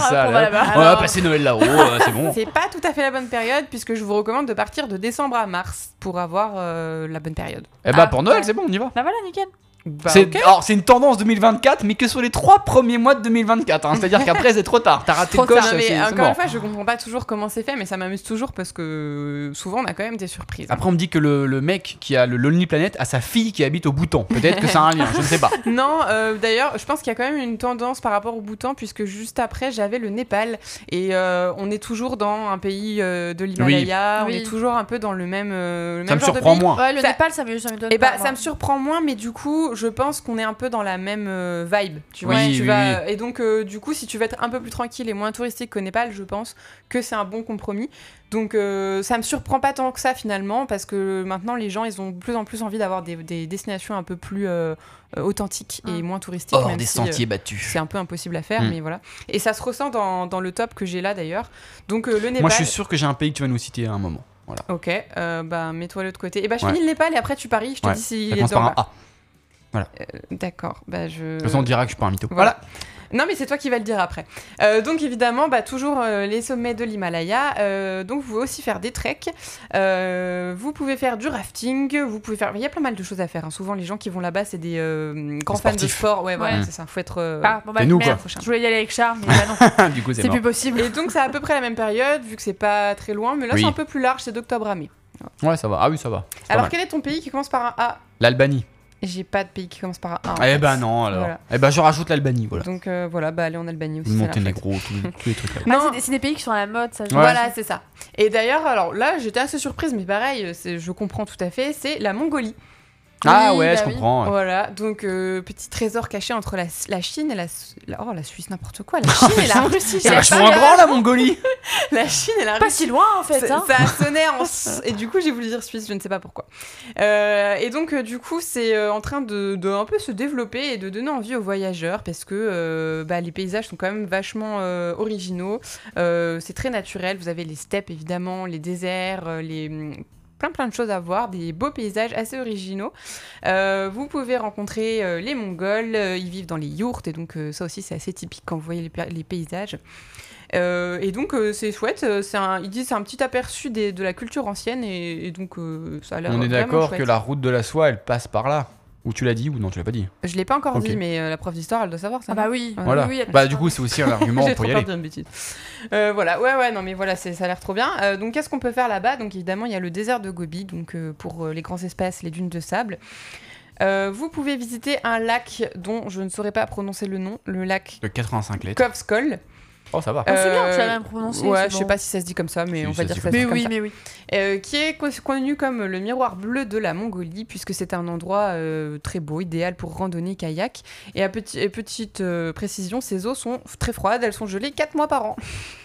S1: C'est ça,
S3: euh, on va
S1: là.
S3: là-bas.
S1: On va
S2: Alors-
S1: passer Noël là-haut, euh, c'est bon.
S2: C'est pas tout à fait la bonne période puisque je vous recommande de partir de décembre à mars pour avoir euh, la bonne période.
S1: Eh bah
S3: Ah,
S1: pour Noël,
S3: ouais.
S1: c'est bon, on y va.
S3: Bah voilà, nickel.
S2: Bah,
S1: c'est,
S2: ok.
S1: Alors, c'est une tendance 2024, mais que sur les trois premiers mois de 2024. hein. C'est-à-dire qu'après, c'est trop tard. T'as raté
S3: Trop
S1: le coche,
S3: tard,
S1: c'est,
S2: mais
S1: c'est
S2: encore
S1: mort.
S2: une fois, je comprends pas toujours comment c'est fait, mais ça m'amuse toujours parce que euh, souvent on a quand même des surprises.
S1: Après, on me dit que le, le mec qui a le Lonely Planet a sa fille qui habite au Bhoutan. Peut-être que ça a un lien, je ne sais pas.
S2: Non, euh, d'ailleurs, je pense qu'il y a quand même une tendance par rapport au Bhoutan, puisque juste après, j'avais le Népal. Et euh, on est toujours dans un pays euh, de l'Himalaya,
S3: Oui.
S2: on
S3: Oui.
S2: est toujours un peu dans le même, euh, le
S1: Ça
S2: même
S1: me
S2: genre
S1: surprend
S2: de pays.
S1: moins.
S3: Ouais, le
S2: Ça-
S3: Népal, ça me, ça me donne
S2: Et
S3: pas, hein.
S2: bah,
S3: moi.
S2: ça me surprend moins, mais du coup, je pense qu'on est un peu dans la même euh, vibe. Tu vois,
S1: Oui,
S2: tu
S1: oui,
S2: vas... Et donc, euh, du coup, si tu veux être un peu plus tranquille et moins touristique qu'au Népal, je pense que c'est un bon compromis. Donc, euh, ça me surprend pas tant que ça finalement, parce que maintenant, les gens, ils ont de plus en plus envie d'avoir des, des destinations un peu plus euh, euh, authentiques et
S3: Mm.
S2: moins touristiques.
S1: Hors
S2: même
S1: Oh, des
S2: si, euh,
S1: sentiers battus.
S2: c'est un peu impossible à faire,
S1: Mm.
S2: mais voilà. Et ça se ressent dans, dans le top que j'ai là d'ailleurs. Donc euh, le Népal.
S1: Moi, je suis sûr que j'ai un pays que tu vas nous citer à un moment. Voilà.
S2: Ok, euh, bah mets-toi l'autre côté. Et bah je
S1: Ouais.
S2: finis le Népal et après tu paries, je te
S1: Ouais,
S2: dis s'il
S1: Ça
S2: est
S1: commence par
S2: dedans.
S1: un
S2: ou pas.
S1: A.
S2: D'accord, bah je.
S1: De toute façon, on dira que je suis pas un mytho.
S2: Voilà. Non, mais c'est toi qui vas le dire après. Euh, donc, évidemment, bah, toujours euh, les sommets de l'Himalaya. Euh, donc, vous pouvez aussi faire des treks. Euh, vous pouvez faire du rafting. Vous pouvez faire. Il y a pas mal de choses à faire. hein. Souvent, les gens qui vont là-bas, c'est des euh, grands
S1: Des
S2: fans de
S1: sportifs.
S2: sport. Ouais, voilà,
S1: Ouais.
S2: c'est ça. Faut être. euh,
S3: Ah, bon, bah,
S1: C'est nous,
S3: merde,
S1: quoi.
S3: je voulais y aller avec Charles, mais bah non,
S1: Voilà. du coup, c'est
S3: c'est
S1: mort.
S3: plus possible.
S2: Et donc, c'est à peu près la même période, vu que c'est pas très loin. Mais là,
S1: Oui.
S2: c'est un peu plus large, c'est d'octobre à mai.
S1: Ouais, ça va. Ah oui, ça va. C'est pas
S2: Alors,
S1: mal.
S2: quel est ton pays qui commence par un A
S1: L'Albanie.
S2: J'ai pas de pays qui commence par un A. en
S1: eh
S2: fait.
S1: ben non, alors.
S2: Voilà.
S1: Eh ben, je rajoute l'Albanie, voilà.
S2: Donc, euh, voilà, bah, aller en Albanie aussi.
S1: Le
S2: c'est la fête.
S1: Monténégro, tous tous les trucs là.
S3: Ah,
S2: Non.
S3: c'est des- c'est des pays qui sont à la mode, ça. je-
S1: Ouais.
S2: Voilà, c'est ça. Et d'ailleurs, alors là, j'étais assez surprise, mais pareil, c'est- je comprends tout à fait, c'est la Mongolie.
S1: Ah
S3: Oui,
S1: ouais,
S3: bah
S1: je
S3: oui.
S1: comprends. ouais.
S2: Voilà, donc euh, petit trésor caché entre la, la Chine et la, Su- la- Oh, la Suisse, n'importe quoi, la Chine et la Russie.
S1: C'est
S2: j'avais
S1: vachement
S2: pas-
S1: grand, la Mongolie
S2: La Chine et la
S3: Pas
S2: Russie.
S3: si loin en fait.
S2: Ça,
S3: Hein.
S2: ça sonnait en s- et du coup j'ai voulu dire Suisse, je ne sais pas pourquoi. Euh, et donc euh, du coup c'est euh, en train de, de un peu se développer et de donner envie aux voyageurs parce que euh, bah, les paysages sont quand même vachement euh, originaux. Euh, c'est très naturel. Vous avez les steppes évidemment, les déserts, euh, les plein plein de choses à voir, des beaux paysages assez originaux. Euh, vous pouvez rencontrer euh, les Mongols, euh, ils vivent dans les yourtes et donc euh, ça aussi c'est assez typique quand vous voyez les, pa- les paysages. Euh, et donc euh, c'est chouette, euh, c'est un, ils disent c'est un petit aperçu des- de la culture ancienne et, et donc euh, ça a l'air
S1: On est
S2: vraiment
S1: d'accord
S2: chouette.
S1: que la route de la soie, elle passe par là. Ou tu l'as dit ou non, tu l'as pas dit.
S2: Je l'ai pas encore
S1: Ok.
S2: dit mais euh, la prof d'histoire elle doit savoir ça.
S3: Ah bah oui.
S2: Ouais.
S1: Voilà.
S3: oui, oui,
S1: bah du coup, c'est aussi un argument
S2: J'ai
S1: pour
S2: trop
S1: y
S2: peur de
S1: aller.
S2: dire une bêtise. Euh, voilà, ouais, ouais, non, mais voilà, c'est- ça a l'air trop bien. Euh, donc, qu'est-ce qu'on peut faire là-bas Donc, évidemment, il y a le désert de Gobi, donc euh, pour euh, les grands espaces, les dunes de sable. Euh, vous pouvez visiter un lac dont je ne saurais pas prononcer le nom, le lac
S1: De 85 lettres.
S2: Kovskol.
S1: Oh, ça va.
S3: Ah, c'est
S2: Euh,
S3: bien, tu l'as même prononcé.
S2: ouais,
S3: c'est
S2: je sais
S3: bon.
S2: pas si ça se dit comme ça, mais
S1: Si,
S2: on
S1: ça
S2: va dire
S1: se
S2: que ça se
S3: Mais
S2: dit comme
S3: oui,
S2: ça.
S3: mais oui.
S2: Euh, qui est co- connu comme le miroir bleu de la Mongolie, puisque c'est un endroit euh, très beau, idéal pour randonnée kayak. Et à petit- et petite euh, précision, ces eaux sont f- très froides, elles sont gelées 4 mois par an.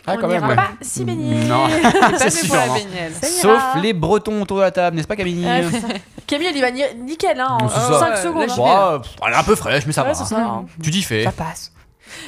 S1: Ah,
S3: On n'ira pas si baigner.
S1: Non.
S2: C'est pas
S1: C'est
S2: fait pour la
S1: sûr, hein.
S2: baignade.
S3: Ça ira.
S1: Sauf les Bretons autour de la table, n'est-ce pas, Camille
S3: Ouais, c'est ça. Camille, elle y va ni- nickel hein, en
S1: C'est ça.
S3: 5
S2: Ouais,
S3: secondes.
S2: là,
S3: hein.
S2: vais,
S1: Ouah, pff, Elle est un peu fraîche, mais ça
S3: Ouais,
S1: va.
S3: c'est ça, hein.
S1: Tu t'y fais.
S2: Ça passe.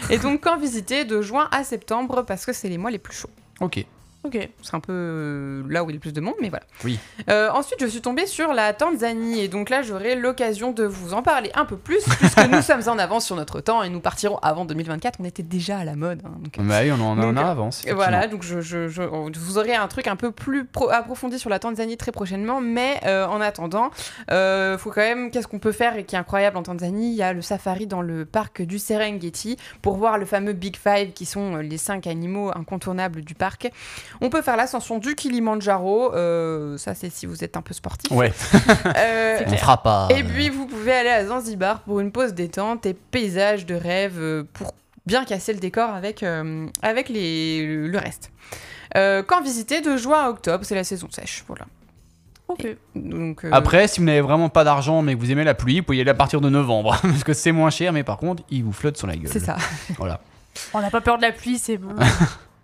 S2: Et donc, quand visiter De juin à septembre, parce que c'est les mois les plus chauds.
S1: Ok.
S3: Ok.
S2: C'est un peu euh, là où il y a le plus de monde, mais voilà.
S1: Oui.
S2: Euh, ensuite, je suis tombée sur la Tanzanie, et donc là, j'aurai l'occasion de vous en parler un peu plus, puisque nous sommes en avance sur notre temps et nous partirons avant 2024. On était déjà à la mode. hein, donc, euh,
S1: Bah oui, on en a
S2: Donc,
S1: on en avance.
S2: Et Voilà, donc je, je- je- on- vous aurez un truc un peu plus pro- approfondi sur la Tanzanie très prochainement, mais euh, en attendant, euh, faut quand même qu'est-ce qu'on peut faire et qui est incroyable en Tanzanie, il y a le safari dans le parc du Serengeti pour voir le fameux Big Five qui sont euh, les cinq animaux incontournables du parc. On peut faire l'ascension du Kilimanjaro, euh, ça c'est si vous êtes un peu sportif.
S1: Ouais.
S2: Euh,
S1: On fera pas.
S2: et puis vous pouvez aller à Zanzibar pour une pause détente et paysage de rêve euh, pour bien casser le décor avec, euh, avec les, le reste. Euh, quand visiter de juin à octobre, c'est la saison sèche, voilà.
S3: Ok.
S2: Donc, euh,
S1: Après, si vous n'avez vraiment pas d'argent mais que vous aimez la pluie, vous pouvez y aller à partir de novembre. Parce que c'est moins cher, mais par contre, il vous flotte sur la gueule.
S2: c'est ça.
S3: On n'a pas peur de la pluie, c'est bon.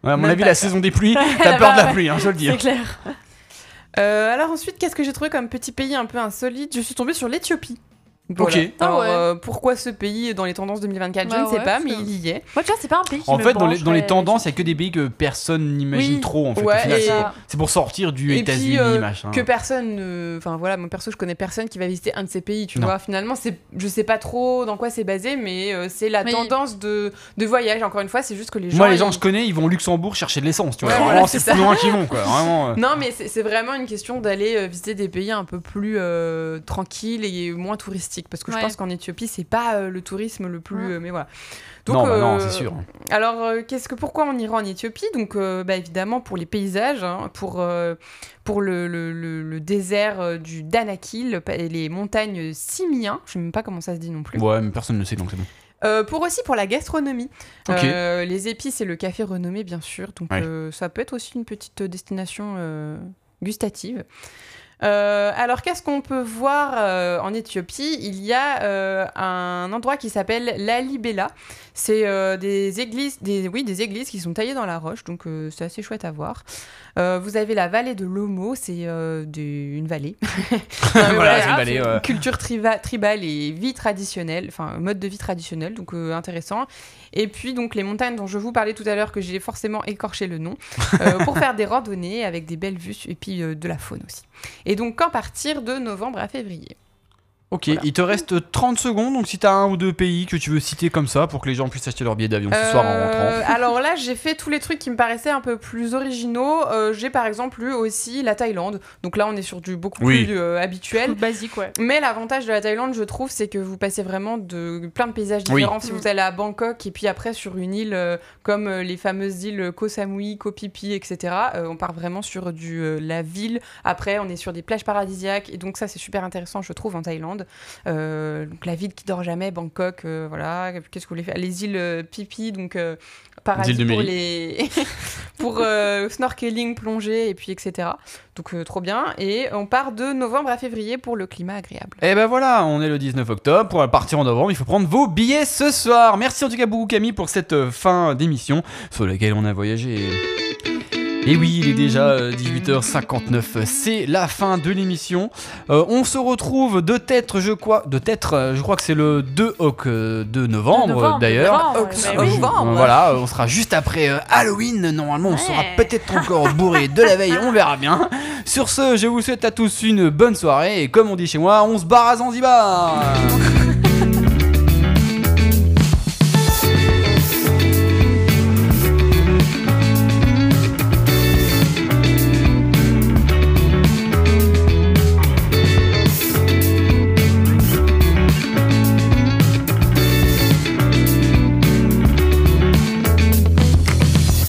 S1: Ouais, à mon
S2: Même
S1: avis,
S2: pas
S1: la
S2: ça.
S1: saison des pluies, t'as peur de la pluie, hein, je le dis.
S3: c'est clair.
S2: Euh, alors ensuite, qu'est-ce que j'ai trouvé comme petit pays un peu insolite Je suis tombée sur l'Éthiopie. Voilà.
S1: Ok.
S3: Ah
S2: Alors,
S3: ouais.
S2: euh, pourquoi ce pays est dans les tendances 2024 Je
S3: Bah
S2: ne sais
S3: ouais,
S2: pas,
S3: parce
S2: mais
S3: que-
S2: il y est.
S3: Moi, tu vois, c'est pas un pays qui
S1: En
S3: me
S1: fait, dans les,
S3: branche,
S1: dans les
S3: la-
S1: tendances, il n'y a que des pays que personne n'imagine
S3: Oui.
S1: trop. En fait, au
S2: Ouais,
S1: final,
S2: et-
S1: c'est- c'est pour sortir du
S2: Et puis,
S1: États-Unis,
S2: euh,
S1: machin.
S2: Que personne. ne- Enfin voilà, mon perso, je connais personne qui va visiter un de ces pays, tu
S1: Non.
S2: vois. Finalement, c'est... je sais pas trop dans quoi c'est basé, mais euh, c'est la
S3: Mais-
S2: tendance de... de voyage. Encore une fois, c'est juste que les gens.
S1: Moi, les gens
S2: ils-
S1: que je connais, ils vont au Luxembourg chercher de l'essence, tu vois.
S2: Ouais,
S1: Vraiment,
S2: voilà,
S1: c'est
S2: c'est ça.
S1: plus loin qu'ils vont, quoi. Vraiment. euh.
S2: Non, mais c'est c'est vraiment une question d'aller euh, visiter des pays un peu plus euh, tranquilles et moins touristiques. Parce que
S3: Ouais.
S2: je pense qu'en Éthiopie, c'est pas euh, le tourisme le plus.
S3: Ouais.
S2: euh, mais voilà.
S1: non, bah non,
S2: euh,
S1: c'est sûr.
S2: Alors, euh, qu'est-ce que pourquoi on ira en Éthiopie Donc, euh, bah, évidemment, pour les paysages, hein, pour, euh, pour le, le- le- le désert euh, du Danakil, le pa- et les montagnes simiens, je sais même pas comment ça se dit non plus.
S1: Ouais, mais personne ne le sait, donc c'est bon.
S2: Euh, pour aussi pour la gastronomie.
S1: Ok.
S2: Euh, les épices et le café renommé, bien sûr. Donc,
S1: Ouais.
S2: euh, ça peut être aussi une petite destination euh, gustative. Euh, alors, qu'est-ce qu'on peut voir euh, en Éthiopie Il y a euh, un endroit qui s'appelle l'Alibella. C'est euh, des églises, des, oui, des églises qui sont taillées dans la roche, donc euh, c'est assez chouette à voir. Euh, vous avez la vallée de l'Omo, c'est euh, des- une vallée. Non, mais hein,
S1: Voilà, c'est une vallée, ouais.
S2: Culture triva- tribale et vie traditionnelle, enfin mode de vie traditionnel, donc euh, intéressant. Et puis donc les montagnes dont je vous parlais tout à l'heure, que j'ai forcément écorché le nom, euh, pour faire des randonnées avec des belles vues et puis euh, de la faune aussi. Et donc quand partir de novembre à février
S1: Ok,
S2: voilà.
S1: il te reste 30 secondes, donc si t'as un ou deux pays que tu veux citer comme ça pour que les gens puissent acheter leur billet d'avion ce soir en rentrant.
S2: Euh, alors là, j'ai fait tous les trucs qui me paraissaient un peu plus originaux. Euh, j'ai par exemple eu aussi la Thaïlande. Donc là, on est sur du beaucoup
S1: Oui.
S2: plus euh, habituel.
S3: Tout basique, ouais.
S2: Mais l'avantage de la Thaïlande, je trouve, c'est que vous passez vraiment de plein de paysages
S1: Oui.
S2: différents. Si
S3: Mm.
S2: vous allez à Bangkok et puis après sur une île euh, comme euh, les fameuses îles Koh Samui, Koh Phi Phi, etc., euh, on part vraiment sur du, euh, la ville. Après, on est sur des plages paradisiaques. Et donc, ça, c'est super intéressant, je trouve, en Thaïlande. Euh, donc, la ville qui dort jamais, Bangkok, euh, voilà. Qu'est-ce que vous voulez faire Les îles euh, Phi Phi, donc euh, paradis
S1: îles de
S2: pour
S1: Mélie.
S2: les. pour euh, snorkeling, plongée, et puis etc. Donc euh, trop bien. Et on part de novembre à février pour le climat agréable.
S1: Et ben voilà, on est le 19 octobre. Pour partir en novembre, il faut prendre vos billets ce soir. Merci en tout cas beaucoup Camille pour cette euh, fin d'émission sur laquelle on a voyagé. Et oui, il est déjà euh, 18h59. C'est la fin de l'émission. Euh, on se retrouve de tête, je crois, de tête, euh, je crois que c'est le 2 oc- euh, de novembre, euh, d'ailleurs.
S3: novembre,
S2: Ox-
S3: ouais,
S1: Euh,
S3: bah oui.
S2: novembre.
S1: Voilà, euh, on sera juste après euh, Halloween. Normalement, on sera
S3: Ouais.
S1: peut-être encore bourré de la veille, on verra bien. Sur ce, je vous souhaite à tous une bonne soirée. Et comme on dit chez moi, on se barre à Zanzibar.